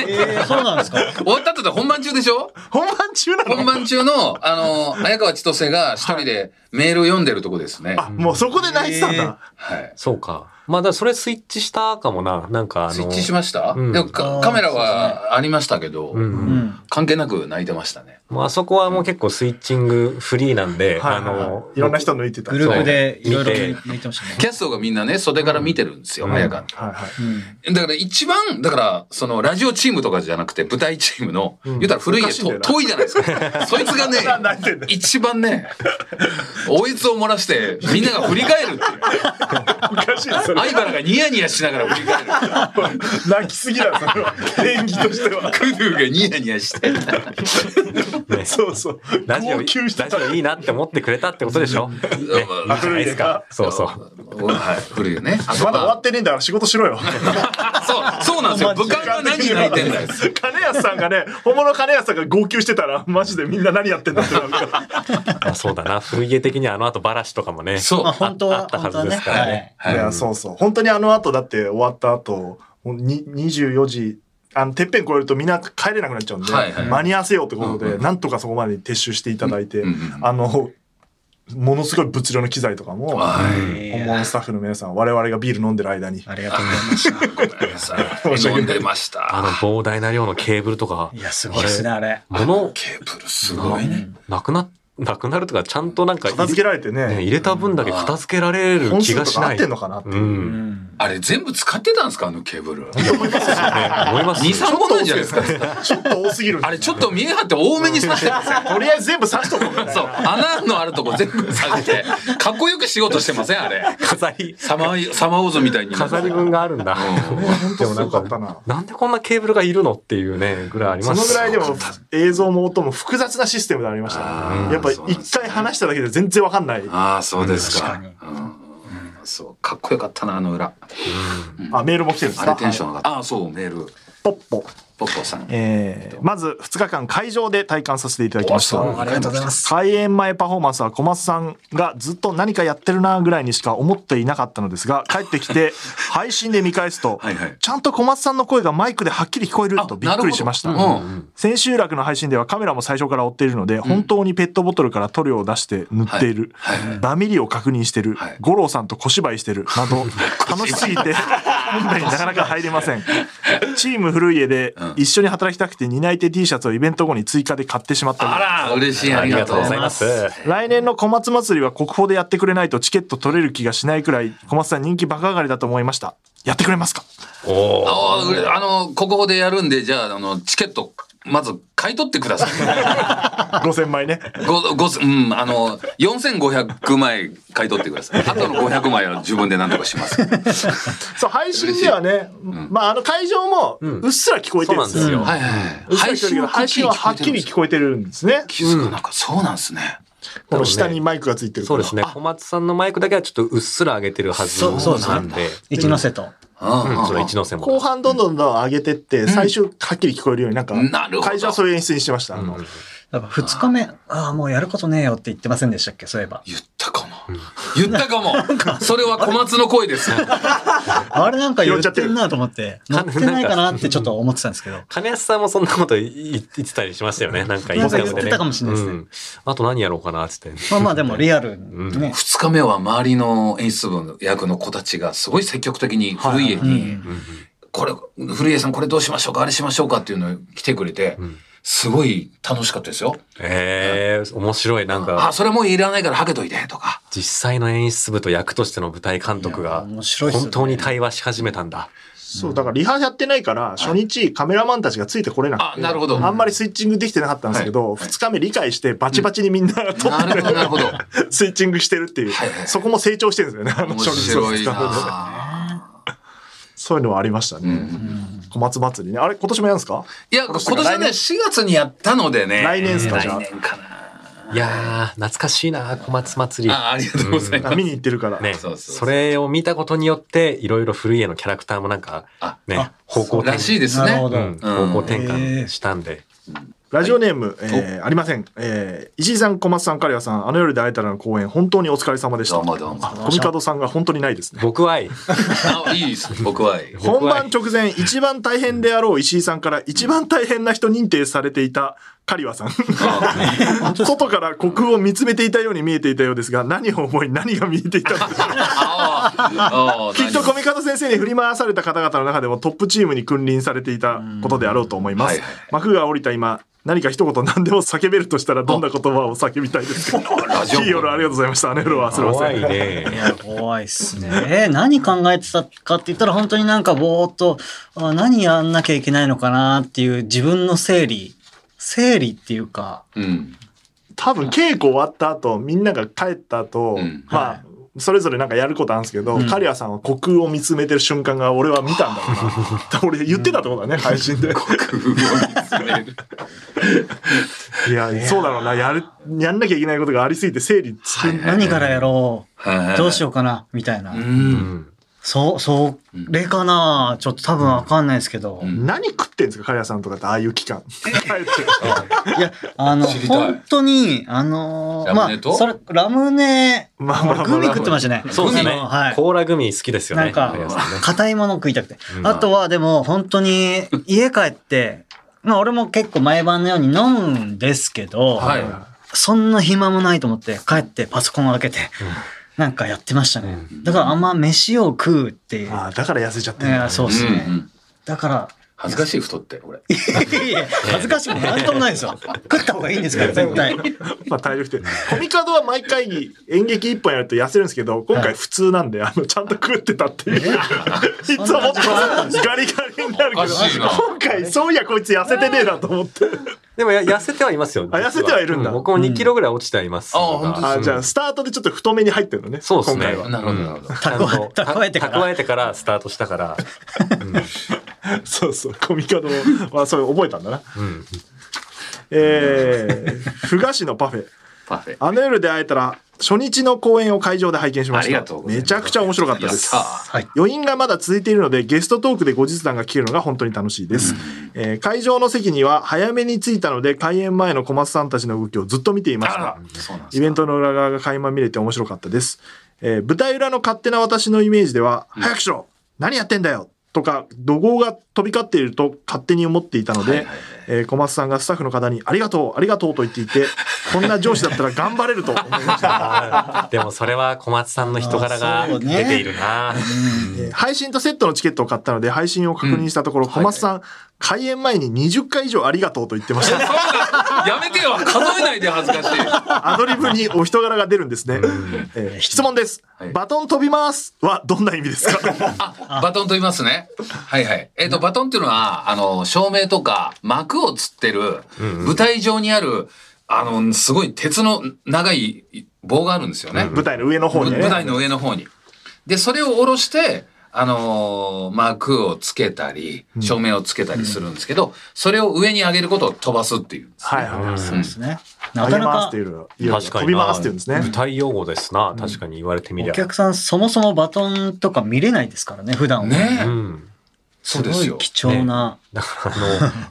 えー、そうなんですか終わった後って本番中でしょ本番中な本の番中の、 [LAUGHS] あの、早川千歳が一人でメールを読んでるとこですね。あ、もうそこで泣いてたんだ。はい。そうか。まあ、だからそれスイッチしたかもな。なんか、あの。スイッチしました、うんでもかあーカメラはありましたけど、うんうんうん。関係なく泣いてましたね。もうあそこはもう結構スイッチングフリーなんで、はいあはいはいの、いろんな人抜いてた。グループでいろいろ見て抜いてましたね。キャストがみんなね、袖から見てるんですよ、うん早川ってはいはい。だから一番、だから、その、ラジオチームとかじゃなくて、舞台チームの、言うたら古い家、おかしいんだよなと遠いじゃないですか。 [LAUGHS] そいつがね泣いてんだ、よ一番ね、おえつを漏らして、みんなが振り返 [LAUGHS] るっていう。おかしいなそれ。相原がニヤニヤしながら振り返る。泣きすぎだよ、それは。演技としては。クルーがニヤニヤして。ねそうそう。ラジオ、号泣してラジた。オいいなって思ってくれたってことでしょねいいじゃないですか。そうそう。はい、古いよね。あとまだ終わってねえんだから仕事しろよ。あそう、そうなんですよ。武漢が何泣いてんだよ。金安さんがね、本物の金安さんが号泣してたら、マジでみんな何やってんだってなるから。あそうだな。古家的にはあの後バラシとかもね。そうまあ。本当ああは、ったはず本当はね。ですからねはいいや、そうそう。本当にあの後、だって終わった後、もうに24時、あの、てっぺん越えるとみんな帰れなくなっちゃうんで、はいはい間に合わせようってことで、なんとかそこまで撤収していただいて、んうんあの、ものすごい物量の機材とかも、はい。本物のスタッフの皆さん、我々がビール飲んでる間に、ありがとうございま [LAUGHS] した。ごめんなさい。飲んでま [LAUGHS] した。あの膨大な量のケーブルとか。いや、すごいですね、あれ。物、ケーブルすごいね。なくな、なくなるとか、ちゃんとなんか片入付けれ、られてねね、入れた分だけ片付けられる本気数がとしかな合い。ってんのかなって。う。うんねん。あれ全部使ってたんですかあのケーブル。思います二三本なんじゃないですか。ちょっと多すぎるんだよあれちょっと見え張って多めに刺してるんですよ。 [LAUGHS] とりあえず全部刺しとこうみたいなそう穴のあるとこ全部刺してかっこよく仕事してませんあれ。飾り、サマーサマーオズみたいに。飾り分があるんだ。本当すごかったな。なんでこんなケーブルがいるのっていうね、ぐらいありそまのす。ぐらいでも映像も音も複雑なシステムでありましたあーね。やっぱそうなんで一すね回話しただけで全然わかんない。ああそうですか。確かにうんそうかっこよかったなあの裏。あ、メールも来てるんですあかれテンション上がった。ああそうメール。ポッポ。ポッポさん。えーまず2日間会場で体感させていただきましおそうた。ありがとうございます。開演前パフォーマンスは小松さんがずっと何かやってるなぐらいにしか思っていなかったのです [LAUGHS] が、帰ってきて配信で見返すと、はいはいちゃんと小松さんの声がマイクではっきり聞こえるとびっくりしました。あなるほどうん千秋楽の配信ではカメラも最初から追っているので、本当にペットボトルから塗料を出して塗っている、はいはいダミリを確認してる、はい五郎さんと小芝居してるな [LAUGHS] ど楽しすぎて本題になかなか入れませんチーム古家でん一緒に働きたくて担い手 T シャツをイベント後に追加で買ってしまったりあら嬉しいあありりががととううごござざいいま。ますす。来年の小松祭りは国宝でやってくれないとチケット取れる気がしないくらい小松さん人気爆上がりだと思いましたやってくれますかおお。あーうれあの国宝でやるんでじゃああのチケットまず買い取ってください。 5000枚ねご、ご、うん、あの、4500枚買い取ってください。あとの500枚は自分で何とかします。そう配信ではね、まああの会場もうっすら聞こえてるんですよ,、そうなんですよはいはい。配信は配信ははっきり聞こえてるんですね。気づくなんかそうなんですね。この下にマイクがついてるかそうら。ですね。小松さんのマイクだけはちょっとうっすら上げてるはずそうそうですねなんで。一ノ瀬と。うんうん、その一ノ瀬も。後半どんどんどん上げてって、最終はっきり聞こえるように、なんかなるほど、会場はそういう演出にしてました。あのやっぱ二日目、ああ、もうやることねえよって言ってませんでしたっけ、そういえば。言ったかな。言ったかも。それは小松の声です。あれなんか言拾っちゃっっててるんなと思って、乗ってないかなってちょっと思ってたんですけど。金安さんもそんなこと言言ってたりしましたよね。なんかインスタでねなんか言ってたかもしれないですねうんあと何やろうかなっつって。まあまあでもリアルにね。二日目は周りの演出部の役の子たちがすごい積極的に古家に、これ、古家さんこれどうしましょうか、あれしましょうかっていうのを来てくれて、すごい楽しかったですよ。ええ面白い。なんあ、か、それもういらないからはけといてとか。実際の演出部と役としての舞台監督いやが、面白いっすよね本当に対話し始めたんだ。そう、だからリハやってないから、初日カメラマンたちがついてこれなくて。あ、なるほど。あなんまりスイッチングできてなかったんですけど、はい2日目理解してバチバチにみんなが撮ってるほど、なるほど。 [LAUGHS] スイッチングしてるっていう、はいはいそこも成長してるんですよね、あの面初日の白い二日目でなそういうのはありましたね。小松祭りね。あれ、今年もやるんですかいや、今年はね、4月にやったのでね。来年っすかじゃあ来年かな。いやー、懐かしいな、小松祭り。あ、ありがとうございます。見に行ってるから。ね、そうそうそうそれを見たことによって、いろいろ古い家のキャラクターもなんかあ、ね、方向ら転しいですなるほね。ど。うん方向転換したんで。ラジオネーム、えーありません。えー石井さん、小松さん、刈谷さん、あの夜で会えたらの公演、本当にお疲れ様でした。どうもどうもあコミカドさんが本当にないですね。僕は、いあ、いいです。僕はいい。本番直前、一番大変であろう石井さんから一番大変な人認定されていた狩羽さん。 [LAUGHS] 外から虚空を見つめていたように見えていたようですが、何を思い何が見えていたのでしょう。 [LAUGHS] ああああ [LAUGHS] きっとコミカド先生に振り回された方々の中でもトップチームに君臨されていたことであろうと思います。うんはいはい幕が降りた今、何か一言何でも叫べるとしたらどんな言葉を叫びたいですか [LAUGHS] ラジ [LAUGHS] オいい夜ありがとうございました。あの夜はすみま怖せいん。 [LAUGHS] いね。や、怖いっすね。えー何考えてたかって言ったら、本当になんかぼーっと、あ何やんなきゃいけないのかなっていう自分の整理。整理っていうか、うん。多分稽古終わった後、みんなが帰った後、うんまあ、はそれぞれなんかやることあるんですけど、カリアさんは虚空を見つめてる瞬間が俺は見たんだろうな。俺言ってたってことだね、配信で。いや、そうだろうな。やる、やんなきゃいけないことがありすぎて整理つけん何からやろう、どうしよようかな、みたいな。うん。そう、それかなちょっと多分わかんないですけど。何食ってんですか、カリアさんとかってああいう期間。 [LAUGHS] 帰っていや、あの、知りたい本当に、あのーラムネとまあ、それ、ラムネ、まあまあまあグミ食ってましたね。そうですねあのはい。コーラグミ好きですよなんね。か皆さんね、硬いもの食いたくて。うんあとは、でも、本当に、家帰って、まあ、俺も結構毎晩のように飲むんですけど、はい。そんな暇もないと思って、帰ってパソコンを開けて、なんかやってましたね。だから、あんま飯を食うっていう。ああ、だから痩せちゃってんいだやそうですね。だから、恥ずかしい太って、俺。いやいや恥ずかしくもなんともないですよ。食った方がいいんですから、絶対。 [LAUGHS] まあ体力って。コミカドは毎回演劇一本やると痩せるんですけど、今回普通なんで、あの、ちゃんと食ってたっていう。いつももっと [LAUGHS] ガリガリになるけど、おかしいな今回、そういやこいつ痩せてねえなと思って。でもや痩せてはいますよ。あ痩せてはいるんだう僕も2キロぐらい落ちてはいます。うんあ本当ですかあじゃあ、ちスタートでちょっと太めに入ってるのね。そうっすね今回は。なるほど、なるほど。ゃんと蓄えてから蓄えてからスタートしたから。そうそう、コミカドは、それ覚えたんだな。んえー、ふ菓子のパフェ。パフェ。あの夜で会えたら、初日の公演を会場で拝見しました。ありがとうございますめちゃくちゃ面白かったです。やったはい余韻がまだ続いているので、ゲストトークで後日談が聞けるのが本当に楽しいです。えー会場の席には早めに着いたので、開演前の小松さんたちの動きをずっと見ていましあたら。、そうなんですイベントの裏側が垣間見れて面白かったです。えー舞台裏の勝手な私のイメージでは、早くしろ何やってんだよとか、怒号が飛び交っていると勝手に思っていたので、えー小松さんがスタッフの方に、ありがとう、ありがとうと言っていて、こんな上司だったら頑張れると思いました。 [LAUGHS] でもそれは小松さんの人柄がそうね出ているな。えー配信とセットのチケットを買ったので、配信を確認したところ、小松さん、開演前に20回以上ありがとうと言ってました。やめてよ数えないで恥ずかしい。アドリブにお人柄が出るんですね。えー質問です。はいバトン飛びますはどんな意味ですかあ、バトンと言いますね。はいはい。えっ、と、バトンっていうのは、あの、照明とか幕をつってる、舞台上にある、あの、すごい鉄の長い棒があるんですよね。 [LAUGHS] 舞台の上の方にね。舞台の上の方に。で、それを下ろして、あのー幕をつけたり、照明をつけたりするんですけど、それを上に上げることを飛ばすっていう。はいはいはい。そうですね。な上げかなますっかてい、うのは確か飛にびな。回すっていうんですね舞。台用語ですな。確かに言われてみおりゃ。客さんそもそもバトンとか見れないですからね、普段は。ねえ、うん。そうですごいよ貴重な。だからあの、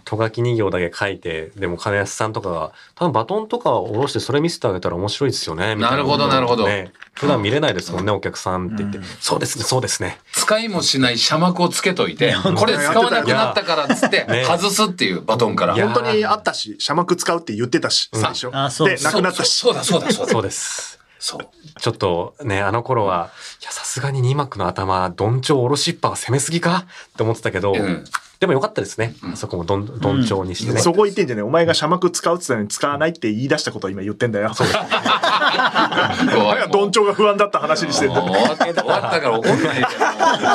とがき2行だけ書いて、でも金安さんとかが、多分バトンとかを下ろしてそれ見せてあげたら面白いですよね、みたいなるほどなるほどね普段見れないですもんね、お客さんって言って、そうですね、そうですね。使いもしない写幕をつけといて、これ使わなくなったからっつってね外すっていうバトンから。いや本当にあったし、社幕使うって言ってたし、最初。あそうで、なくなったし。そうそうそうだそうだそそううだ。です。そう。ちょっとね、あの頃は、いや、さすがに二幕の頭、どんちょうおろしっぱが攻めすぎかって思ってたけど、うんでもよかったですね。あそこもどん、どんちょうにしてね。そこ言ってんじゃねえお前が社幕使うって言ったのに使わないって言い出したことを今言ってんだよ。 [LAUGHS] お前がどんちょうが不安だった話に [LAUGHS] してんだよ。もう終わったから怒ん [LAUGHS] ないで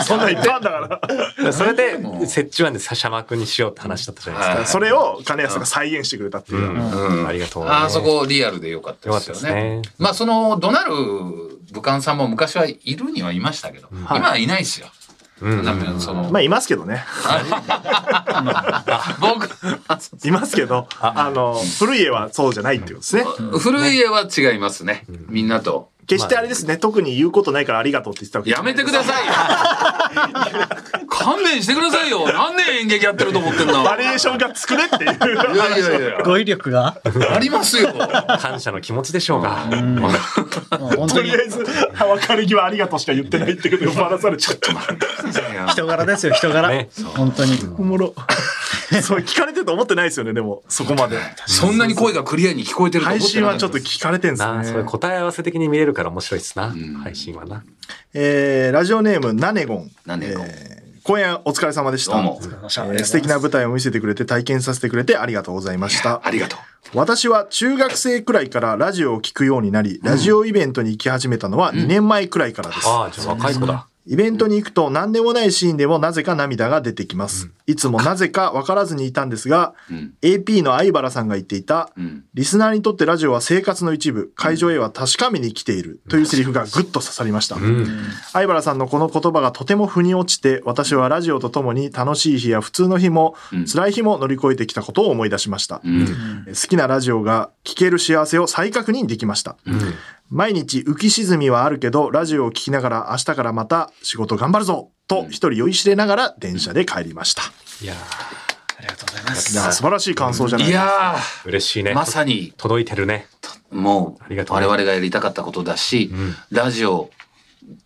そんなん言ったんだから。それで、折衷案で社幕にしようって話だったじゃないですか。はいそれを金安が再現してくれたっていう。うん、ありがとう、あそこリアルでよかったですよよかったねですね。まあその怒鳴る武漢さんも昔はいるにはいましたけど、今はいないですよ。だってそのまあ、いますけどね。 [LAUGHS] 僕いますけど、あの、古い家はそうじゃないっていうことですね。古い家は違いますね。みんなと。決してあれですね、特に言うことないからありがとうって言ってたわけやめてください [LAUGHS] よ勘弁してくださいよ何年演劇やってると思ってんだバリエーションが作れっていういやいやいや語彙力がありますよ感謝の気持ちでしょうが。本と当にりあえず、別れ際ありがとうしか言ってないってことでばらされちゃった。人柄ですよ、人柄。ね本当に。おもろ。 [LAUGHS] そう、聞かれてると思ってないですよね、でも、そこまで。そんなに声がクリアに聞こえてると配思って信なかはっちたょっとです聞かれてるんでなあ、すそれね。答え合わせ的に見れるから面白いですな、配信はな。えー、ラジオネーム、ナネゴン。ナネゴンえー公演お疲れ様でした。どうもえー素敵な舞台を見せてくれて体験させてくれてありがとうございました。ありがとう私は中学生くらいからラジオを聞くようになり、ラジオイベントに行き始めたのは2年前くらいからです。ああ、じゃあ若い子だ。イベントに行くと何でもないシーンでもなぜか涙が出てきます。いつもなぜか分からずにいたんですが、AP の相原さんが言っていた、んリスナーにとってラジオは生活の一部、会場へは確かめに来ているというセリフがぐっと刺さりました。相原さんのこの言葉がとても腑に落ちて、私はラジオとともに楽しい日や普通の日も、辛い日も乗り越えてきたことを思い出しました。好きなラジオが聴ける幸せを再確認できました。毎日浮き沈みはあるけど、ラジオを聞きながら明日からまた仕事頑張るぞと一人酔いしれながら電車で帰りました。いやありがとうございまいやーす。素晴らしい感想じゃないいですか。やー、嬉しいね。ーまさに届いてるね。もあうりがとう我ね々がやりたかったことだし、ラジオ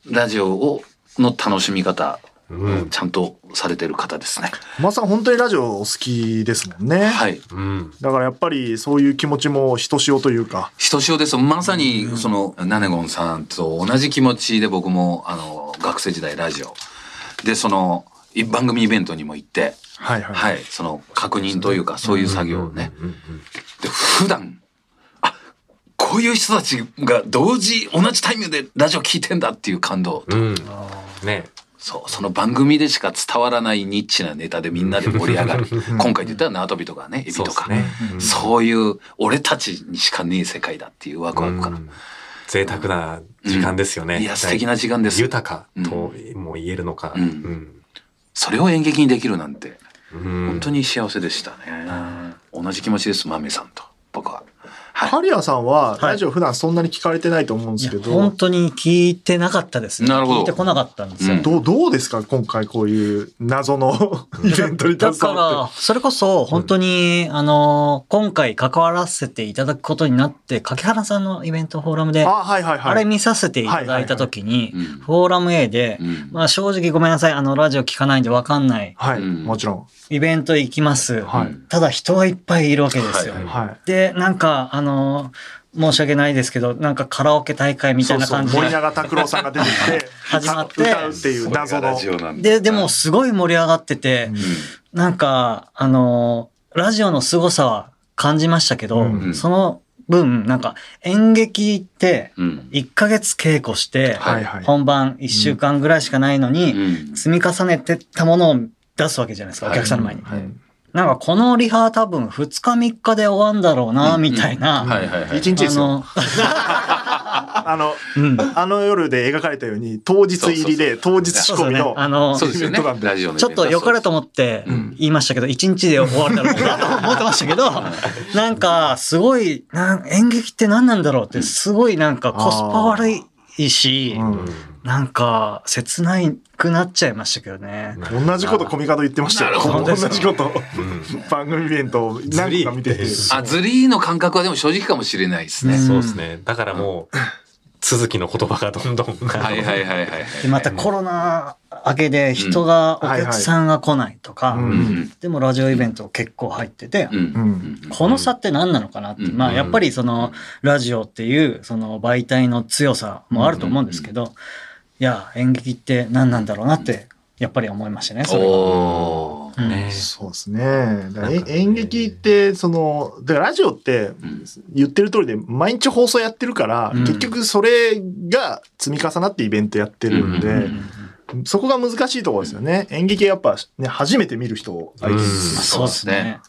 ラジオをの楽しみ方をちゃんとされてる方ですね、まさん本当にラジオお好きですもんね。はいうん。だからやっぱりそういう気持ちもひとしおというか。ひとしおですまさにそのナネゴンさんと同じ気持ちで僕もあの学生時代ラジオでそのい番組イベントにも行って、はいはい。はい、その確認というかそういう作業をねで普段あこういう人たちが同時同じタイミングでラジオ聞いてんだっていう感動と、うん。ねそうその番組でしか伝わらないニッチなネタでみんなで盛り上がる今回で言ったら縄跳びとかねエビとかそうですねそういう俺たちにしかねえ世界だっていうワクワク感。贅沢な時間ですよね。うんいや素敵な時間です豊かとも言えるのか。うん。それを演劇にできるなんて、うん本当に幸せでしたね。同じ気持ちです、マメさんと、僕は。はハリアさんはラジオ普段そんなに聞かれてないと思うんでいすやけど、本当に聞いてなかったですね。なるほど聞いてこなかったんですよ。うんどうどうですか今回こういう謎の [LAUGHS] イベントに携だかわら、それこそ、本当に、あの、今回関わらせていただくことになって、柿原さんのイベントフォーラムって。で、あ、はいはいはい。あれ見させていただいたときはに、いはいはいうんフォーラム A で、うんまあ正直ごめんなさい、あの、ラジオ聞かないんでわかんない。はい、うんもちろん。イベント行きます。はいただ人はいっぱいいるわけですよ。はいはい。で、なんか、あの、申し訳ないですけど、なんかカラオケ大会みたいな感じそうそう森で。永拓郎さんが出てきて [LAUGHS] 始まって歌うっていう謎のなんで、でも、すごい盛り上がってて、なんか、あの、ラジオの凄さは感じましたけど、うんその分、なんか演劇って、うん。 1ヶ月稽古して、はいはい本番1週間ぐらいしかないのに、うん積み重ねてったものを出すわけじゃないですか、お客さんの前に。はいなんかこのリハ多分2日3日で終わんだろうな、みたいな。はいはいはい。一日ですあよの、あのうん。あの夜で描かれたように当日入りで当日仕そ込うですみねの。あの、そうですよね。ラジオのイベントちょっと良かれと思って言いましたけど、一日で終わるだろうなと思ってましたけど、なんかすごいなん、演劇って何なんだろうって、すごいなんかコスパ悪いいし、なんか切ないくなっちゃいましたけどね。同じことコミカド言ってましたよ。なるほ同じこと。 [LAUGHS] 番組イベントを何個か見てて。あ、ズリーの感覚はでも正直かもしれないですね。そうですね。だからもう、続きの言葉がどんどん。はいはいはいはい。でまたコロナ明けで人が、うんお客さんが来ないとか、うんうん。でもラジオイベント結構入ってて、うん。ううんん。この差って何なのかなって、うんまあやっぱりそのラジオっていうその媒体の強さもあると思うんですけど、いや演劇って何なんだろうなってやっぱり思いましたねそれは。おー。ねそうですね。だからなんえかね演劇って、その、だからラジオってん言ってる通りで、毎日放送やってるから、うん結局それが積み重なってイベントやってるんうで、そこが難しいところですよね。演劇やっぱね、初めて見る人を相手にうんそうですね。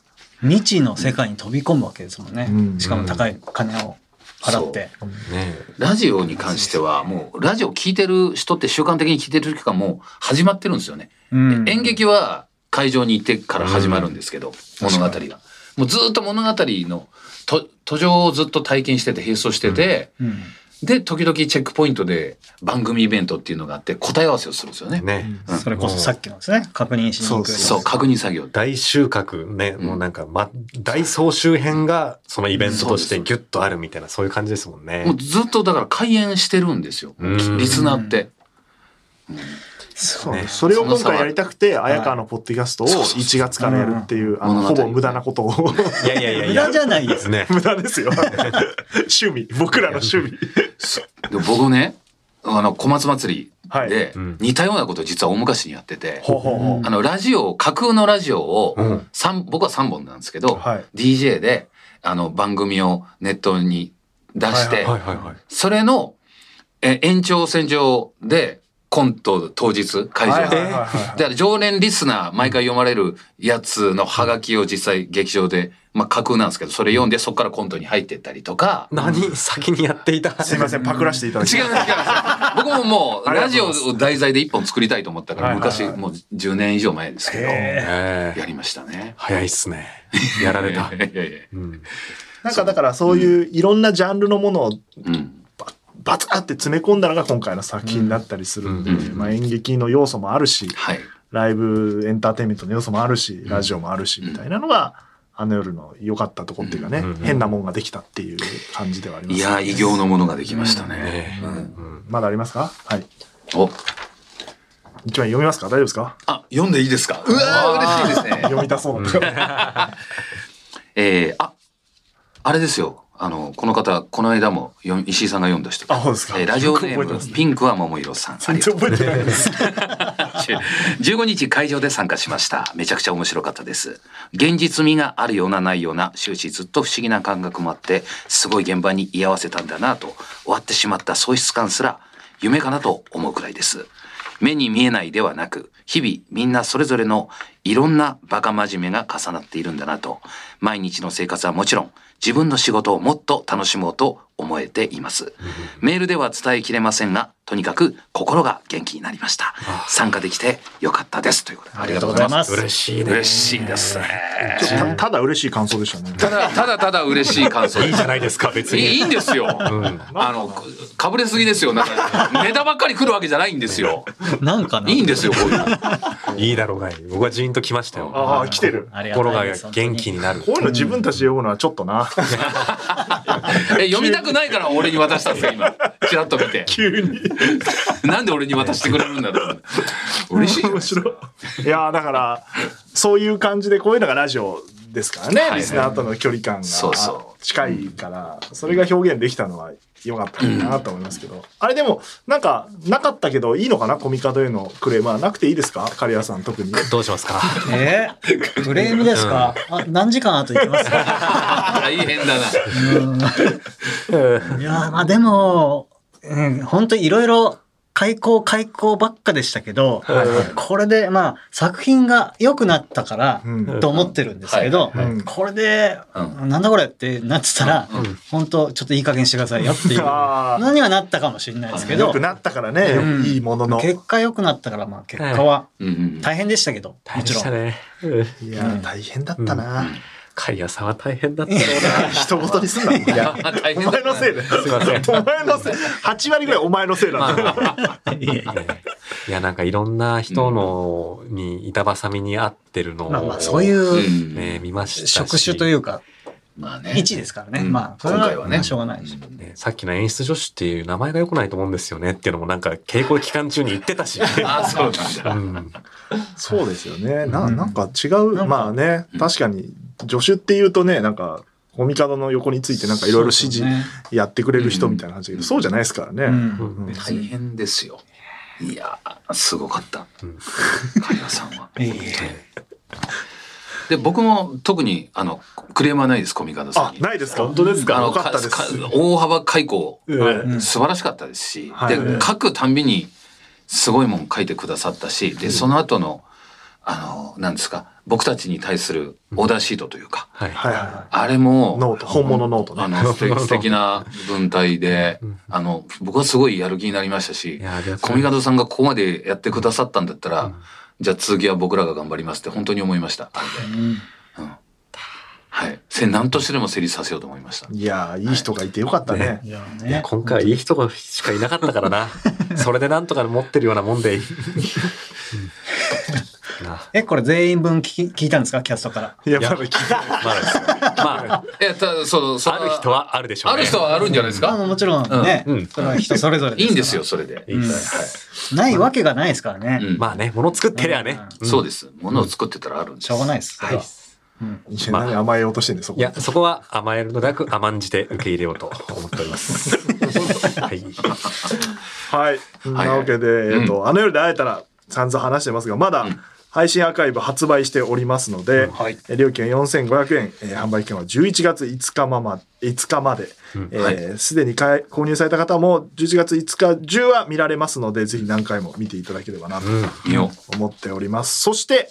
未知の世界に飛び込むわけですもんねう。んしかも高い金を払って。ねラジオに関してはもうラジオ聞いてる人って習慣的に聞いてる時がもう始まってるんですよね、うん演劇は会場に行ってから始まるんですけど、物語がもうずっと物語のと途上をずっと体験してて並走してて、うんで時々チェックポイントで番組イベントっていうのがあって答え合わせをするんですよねねそれこそさっきのですね確認しに行く。そう確認作業大収穫ね、もうなんか、ま、大総集編がそのイベントとしてギュッとあるみたいな、そういう感じですもんねもう。ずっとだから開演してるんですようんリスナーってそうねそれを今回やりたくて、綾川のポッドキャストを1月からやるっていう、あの、物ほ語ぼ無駄なことを。 [LAUGHS] いやいやいやい無や。駄じゃないです。ね。無駄ですよ。 [LAUGHS] 趣味。僕らの趣味。で僕ねあの小松祭はりいでうん似たようなことを実は大昔にやってて、ほうほうほあのラジオ架空のラジオうをん三僕は3本なんですけど、はい DJ であの番組をネットに出して、はいはいはい。それのえ延長線上でコント当日う。会はいは場いで。はいはいだから常連リスナー毎回読まれるやつのハガキを実際劇場で、まあ、架空なんですけどそれ読んでそこからコントに入ってったりとか何先にやってい [LAUGHS] た。すいません、パクらせていただき違う違う違う僕ももうありがラとうござジいオますを題材で一本作りたいと思ったからはいはいはい昔もう10年以上前ですけどへええやりましたね。早いっすね。やられた。 [LAUGHS] いやいやいやうんなんかだからそういういろんなジャンルのものをうんバツカって詰め込んだのが今回の作品だったりするんで、うんうんまあ、演劇の要素もあるし、はい。ライブエンターテインメントの要素もあるし、ラジオもあるし、みたいなのが、あの夜の良かったとこっていうかね、うん変なもんができたっていう感じではありまいす、ね。や、異形のものができましたね。ねまだありますかはい。お、一枚読みますか大丈夫ですかあ、読んでいいですかうわー嬉しいですね。読みたそうなんで。 [LAUGHS] えー、あ、あれですよ。あの、この方、この間もよ石井さんが読んだ人。あそうですかえーラジオネーよく覚えてますム、ねピンクは桃色さん。あり全がと然覚えうてない [LAUGHS] です。 [LAUGHS] 15日会場で参加しました。めちゃくちゃ面白かったです。現実味があるようなないような終始ずっと不思議な感覚もあって、すごい現場に居合わせたんだなと、終わってしまった喪失感すら夢かなと思うくらいです。目に見えないではなく、日々みんなそれぞれのいろんなバカ真面目が重なっているんだなと、毎日の生活はもちろん、自分の仕事をもっと楽しもうと思えています。メールでは伝えきれませんが、とにかく心が元気になりました。参加できてよかったです。ということで、ありがとうございます。す嬉しいね。嬉しいですね。ちょたただ嬉しい感想でしたね。ただ、ただただ嬉しい感想いいじゃないですか、別いいに。いいんですよ。んあの、かぶれすぎですよ。なんかネタばっかり来るわけじゃないんですよ。なんかないいんですよ、こういう。いいだろうがいい。僕はジーンと来ましたよ。ああ、来てる。あり心たがいです元気になる。こういうの自分たちで読むのはちょっとな。 [LAUGHS] え、読みたくないから俺に渡したんですよ、今。ちらっと見て。急に。なんで俺に渡してくれるんだろう。嬉しい。面白い。いやーだから、そういう感じで、こういうのがラジオですからね、はいはいリスナーとの距離感そうそが近いから、それが表現できたのは良かったなと思いますけど、あれでも、なんか、なかったけど、いいのかな、コミカドへのクレームはなくていいですか、刈谷さん、特に。どうしますかえー、フレームですか、あ何時間後行きますか大変だな。いやーまあでも、うん、本当にいろいろ開口開口ばっかでしたけど、これでまあ作品が良くなったからうんと思ってるんですけはど、いはいはいこれで、うなんだこれってなってたら、本当ちょっといい加減にしてくださいよっていうあーのにはなったかもしれないですけど良く、なったからね、うんいいものの。結果良くなったからまあ結果はうんうん。大変でしたけど、大変もでちしろたん。ね。いやー大変だったな。カリアさんは大変だったろうな。人ごとにすんな。いや、大お変前のだせいだよ。すいません。お前のせい。8割ぐらいお前のせいなんだよ。いやいやいや、なんかいろんな人のに板挟みに合ってるのを、 [LAUGHS] まあまあ、そういうね、見ましたし。、職種といううか、まあね位置ですからね。うんまあ、それ今回はねまあしょうがないし。ね。さっきの演出助手っていう名前が良くないと思うんですよねっていうのもなんか稽古期間中に言ってた [LAUGHS] し。あそうなんだうん、そうですよね。な、うんなんか違う。まあね、確かに、助手っていうとね、なんか、コミカドの横についてなんかいろいろ指示そうですねやってくれる人みたいな話だけど、そうじゃないですからね。うんうん大変ですよいやーすごかったうんカリアさんはええで僕も特にあのクレームはないですコミカドさあん、にないですか本当ですあのよかったです。かか大幅解雇、はういん素晴らしかったですし、はいで書くたんびにすごいもん書いてくださったしでその後のあの何ですか僕たちに対するオーダーシートというか、はい。はいはあれもい。ノート、本物ノートあね。の素敵素敵な文体でうんあの僕はすごいやる気になりましたしいやありがとうございますコミカドさんがここまでやってくださったんだったら、うんじゃあ続きは僕らが頑張りますって本当に思いました。うんはい、せ何としてでも成立させようと思いました。いやー、いい人がいてよかったね。いやいやね。今回いい人がしかいなかったからな。それでなんとか持ってるようなもんで。うんなえ、これ全員分聞き聞いたんですかキャストから。いや、まだ聞いてない。まあですよまいや、ただ、そう、そあ、れある人はあるでしょうあね。る人はあるんじゃないですか。あもちろんねうんうん、それは人それぞれいいんですかよ、それで。いいですら。ないわけがないですからうね。ん、まあね、物作ってりゃね。うんそうです。ものを作ってたらあるんです。しょうがないです。はい。 [LAUGHS] いや何甘えようとしてんねんそこ。いや、そこは甘えるのなく甘んじて受け入れようと思っております。はい。はい。そんなわけで、えっと、あの夜で会えたら、散々話してますが、まだ、配信アーカイブ発売しておりますので、はいえー料金は4500円、えー販売期間は11月5日まま、5日まで、えーすで、に買い購入された方も11月5日中は見られますので、ぜひ何回も見ていただければなと見よ思っております。そして、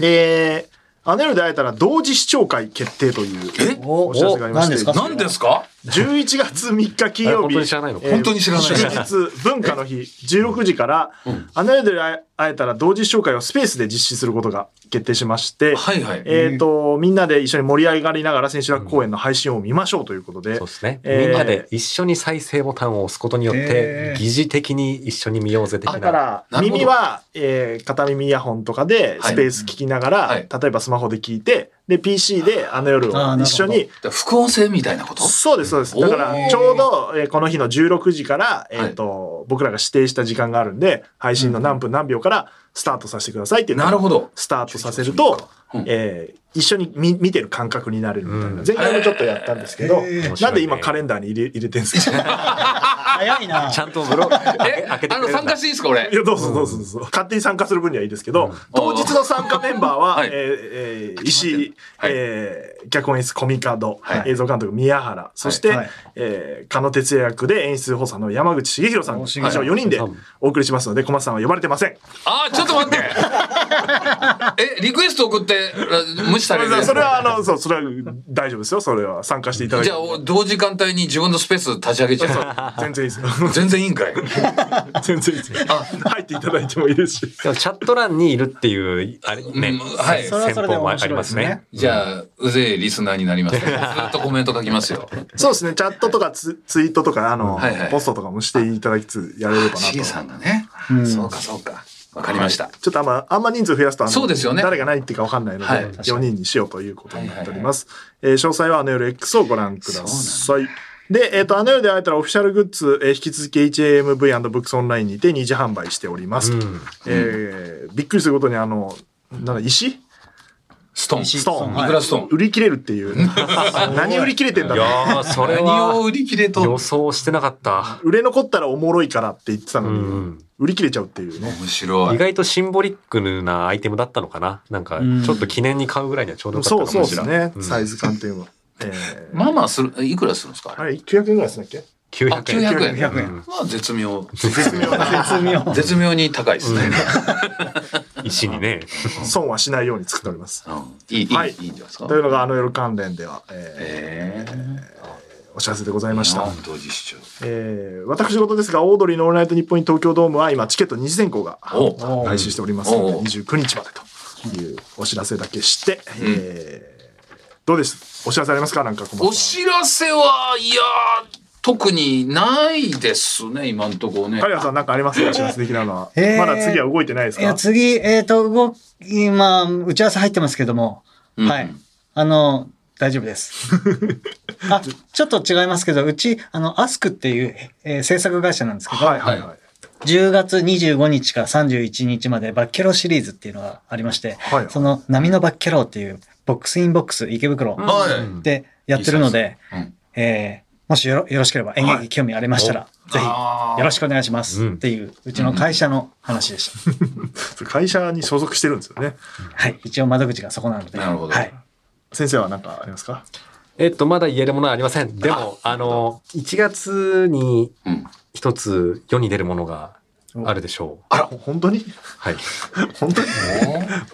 えー、アネルで会えたら同時視聴会決定というお知らせがありまお何ですしてかう。、何ですか。 11月3日金曜本日当に知らないのかえー本当に知らない祝日文化の日16時 [LAUGHS] から「あの夜で会えたら同時紹介をスペースで実施することが決定しまして、はいはい。えー、とみんなで一緒に盛り上がりながら千秋楽公演の配信を見ましょうということで、そうですね。えーみんなで一緒に再生ボタンを押すことによっえて、ー疑似的に一緒に見ようぜ的だかな。らなるほど耳は、えー片耳イヤホンとかではいスペース聞きながら、はい例えばスマホで聞いてで PC で「あの夜」をあーなるほど一緒にだから副音声みたいなこと。そうです、そうです。だからおー、ちょうど、えーこの日の16時から、えっ、と、僕らが指定した時間があるんで、配信の何分何秒からスタートさせてくださいっていうのをなるほどスタートさせると、うんえー一緒に見見てる感覚になれるみたいな。うん前回もちょっとやったんですけど、ーなんで今カレンダーに入れ入れてんですか早いな。ちゃんとブログえ、開あけてくれのるん参だ加。していいですか、俺い。や、どうぞどうぞどうぞ。勝手に参加する分にはいいですけど、当日の参加メンバーは、はいえーえー石井、はいえー脚本演出コミカド、はい映像監督宮原、そして、はいえー、狩野哲也役で演出補佐の山口茂弘さん、お茂以上4人ではいお送りしますので、小松さんは呼ばれてません。あー、ちょっと待って。え、リクエスト送って、ら無視される。それは、あの、そう、それは大丈夫ですよ。それは参加していただいじてゃ。あ、お同時間帯に自分のスペース立ち上げちゃ [LAUGHS] 全然いいですよ。う。全然いいんかい。全然いいですよ。入っていただいてもいいですし。でもチャット欄にいるっていう、あれね、うんはい戦それはそれで法もあ面り白いまですすねね。じゃあ、うぜえリスナーになります。ずっとコメント書きますよ。そうですね。チャットとかツツイートとか、あの、はいはいポストとかもしていただきつつやれればなと。シゲさんがね。そうか、そうか。わかりました。ちょっとあんま、あんま人数増やすと、あのそうですよね誰が何言ってるか分かんないので、はい4人にしようということになっております。えー詳細はあの夜 X をご覧ください。で、えっ、と、あの夜で会えたらオフィシャルグッズ、えー引き続き HAMV&Books オンラインにて二次販売しております。えーびっくりすることに、あの、なんだ、石ストーン。スストーントーン。いくらストーン。売り切れるって [LAUGHS] いう。何売り切れてんだいろうやー、それ何をは売り切れと。予面想してなかった。売れ残ったらおもろいからって言ってたのに、うん売り切れちゃうっていうね。白意い。外とシンボリックなアイテムだったのかななんか、ちょっと記念に買うぐらいにはちょうどよかったそのうかそうもでしれすない。ね。サイズ感っていうのは。えーまあまあする、いくらするんですかああれれ、900円ぐらいですねっけあ、 900円。 900円。100円。まあ、絶妙。 [LAUGHS] 絶妙な絶妙。絶妙に高いですね。石にね。 [LAUGHS] 損はしないように作っております。うんいい、いい、はいいいんじゃないですかと。いうのがあの夜関連では、えええ。ーお知らせでございました。同時視聴。えー私事ですが、オードリーのオールナイトニッポンに東京ドームは今チケット2000個がお来週しておりますので、お29日までというお知らせだけして、えどうですお知らせありますかなんか小お松さ知らせは、いやー、特にないですね、今んとこねん。。カリアさんなんかありますお知らせ的なのは。えーまだ次は動いてないですいや、か次、えっ、と、動き、今、打ち合わせ入ってますけども、うんはい。あの、大丈夫です。あ、ちょっと違いますけど、うち、あの、アスクっていう、えー制作会社なんですけど、はいはいはい。 10月25日から31日までバッキャローシリーズっていうのがありまして、はいはいその波のバッキャローっていうボックスインボックス池袋はい。でやってるので、うんえーもしよろよろしければ演劇興味ありましたら、ぜあーひよろしくお願いしますっていう、うちの会社の話でした。会社に所属してるんですよね。はい。一応窓口がそこなので。なるほどはい。先生は何かありますかえっと、まだ言えるものはありません。でも、あの、1月にうん一つ世に出るものがあるでしょう。あら、本当にはい。本当に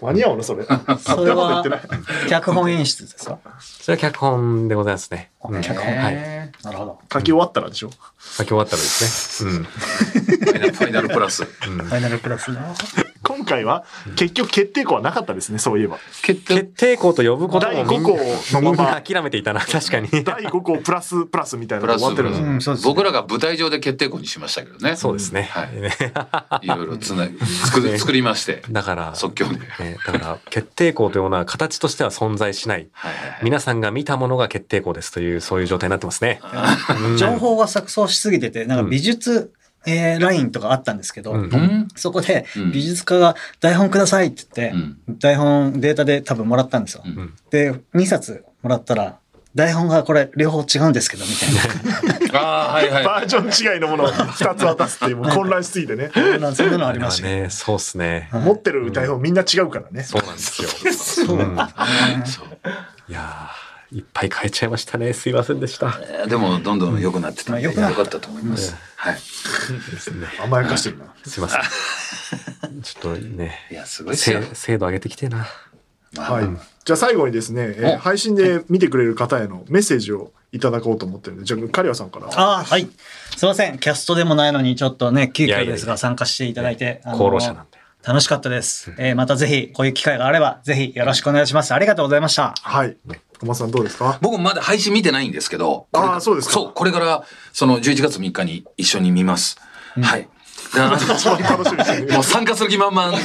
間に合うのそ [LAUGHS] れ。そんなことそれ言っはてない。、脚本演出ですかそれは脚本でございますね。うん脚本。はい。えなるほど。書き終わったらでしょ書き終わったらですね。うん。ーファイナルファイナルプラス。ファイナルプラスの。今回は結局決定校はなかったですね、そういえば。決決定。定校と呼ぶこともみんな第五校のままみんな [LAUGHS] 諦めていたな、確かに。第5項プラスプラスみたいなプのがラ終わスってるんですようんそうですね僕らが舞台上で決定校にしましたけどね。そう [LAUGHS] ですね。はいねいろいろつな作作りまして。だから、即興で。ねだから、決定校というものは形としては存在しない。はいはいはい皆さんが見たものが決定校ですという、そういう状態になってますね。うん [LAUGHS] 情報が錯綜しすぎてて、なんうかん美術、えーラインとかあったんですけど、うんうんそこでうん美術家が台本くださいって言って、台本データで多分もらったんですよ。うんで、2冊もらったら、台本がこれ両方違うんですけど、みたいな。ああ、はいはい。バージョン違いのものを2つ渡すっていう、もう混乱しすぎてね。そ [LAUGHS] んなそんなのありまましあたけね、そうですね。持ってる歌いみんな違うからね。そうなんですよ。ど。うんそういやーいっぱい変えちゃいましたね。すいませんでした。えーでも、どんどん良くなってたんで、ま良あ良くなっかたったと思います。はい。甘やかしてるな。すいません。 [LAUGHS] ちょっとね、いや、すごいですせよ。精度上げてきてえな。まあはい。じゃあ最後にですね、えーお配信で見てくれる方へのメッセージをいただこうと思ってるんで、じゃあ、カリアさんから。ああ、はい。すいません。キャストでもないのに、ちょっとね、急遽ですが参加していただいて、あの功労者なんで。楽しかったです。えーまたぜひ、こういう機会があれば、ぜひよろしくお願いします。ありがとうございました。はい。小松さんどうですか僕まだ配信見てないんですけど。これあーそうですかそう、これから、その11月3日に一緒に見ます。はい。あ [LAUGHS] 一番楽しみにしてるのもう参加する気満々。 [LAUGHS] いい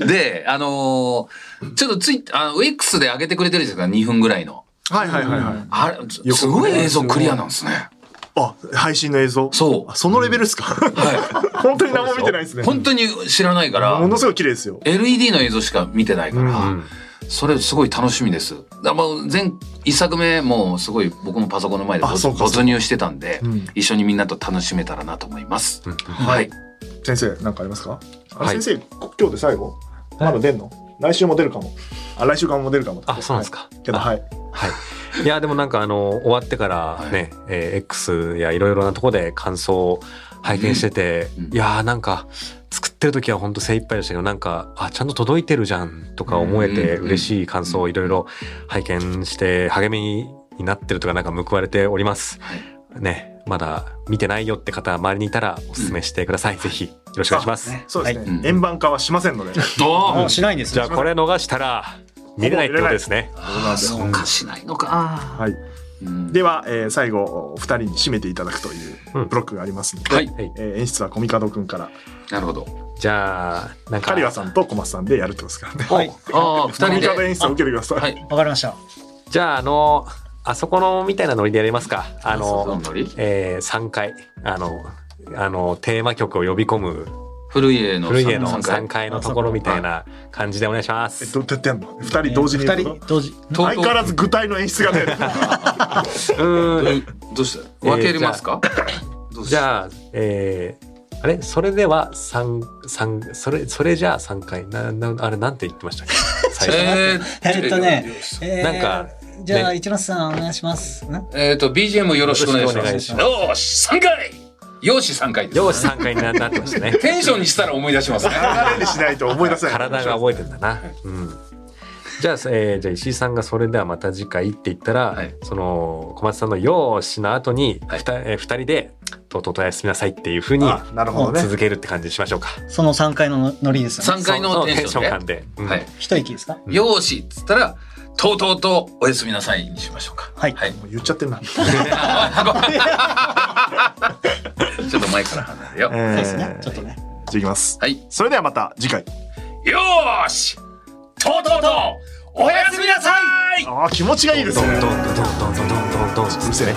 ね。で、あのーちょっとツイッあのウィックスで上げてくれてるじゃないですか、2分ぐらいの。はいはいはいはい。あれ、すすごい映像クリアなんですね。あ、配信の映像そうあそのレベルですか本当に何も見てない [LAUGHS] ですね。本当に知らないからも、のすごい綺麗ですよ。 LED の映像しか見てないから、それすごい楽しみです。だもう前、一作目もすごい僕もパソコンの前であそうかそうか没入してたんで、ん一緒にみんなと楽しめたらなと思います。はい。先生、何かありますかあれはい先生、こ今日で最後まだ出んの来週も出るかも。あ、来週間も出るかも。あ、そうなんですかはい。けど、はい。はい。いや、でもなんかあの、終わってからね、えー X やいろいろなとこで感想を拝見してて、うんうんいやーなんか、作ってる時は本当精一杯でしたけど、なんか、あ、ちゃんと届いてるじゃんとか思えてうん嬉しい感想をいろいろ拝見して、励みになってるとかなんか報われております。はいね、まだ見てないよって方、周りにいたらお勧めしてください。ぜひ、よろしくお願いします。そうですはいね。円盤化はしませんので。おーもうしないんですじゃあ、これ逃したら、見れないってことですね。あーそうかしないのか。はい。うんでは、えー最後、お二人に締めていただくというブロックがありますので、はい。はい。えー演出はコミカドくんから、なるほど。じゃあ、なんかカリ、アさんと小松さんでやるってことですからね。はい。ああ、コ二人ミで。カド演出を受けてください。はい。わかりました。じゃあ、あの、あそこのみたいなノリでやりますか。あの、そうそうえー、3回、あの、あの、テーマ曲を呼び込む、古い家の古い家の三3三階のところみたいな感じでお願いしまえす。どどうやってやんの二人同時にやる二の人同時。東相京変わらず具体の演出がねうどん。うどうした分けれますか、どうしじゃあ、えー、あれそれでは3、三それ、それじゃあ3回。な、な、あれなんて言ってましたっけ最初。ええっとね、えーなんかじゃあ、ね一ノ瀬さんお願いします。んえっと BGM よろしくお願いしよまろすしよくおーし三回よーし三回ですよし3回にななってましたね。テンションにしたら思い出しますね流れにしないと思い出せない体が覚えてんだな。うん。じゃあ、えーじゃあ石井さんがそれではまた次回って言ったら、はいその小松さんの「よーし」の後にはいふたえー二人で「とうとうとおやすみなさい」っていうふうにあなるほどね続けるって感じにしましょうか。その3回のノリですよね。 3回のテンションで。感で。うんはい。一息ですかよーしっつったら、とうとうとおやすみなさいにしましょうか。はいはい。もう言っちゃってるな。ちょっと前から離れるよ。えーそうですね。ちょっとね。じゃあいきます。はい。それではまた次回。よーしとうとうとおやすみなさいああ、気持ちがいいですね。ドンドンドンドンドンドンドンドンうるせえ。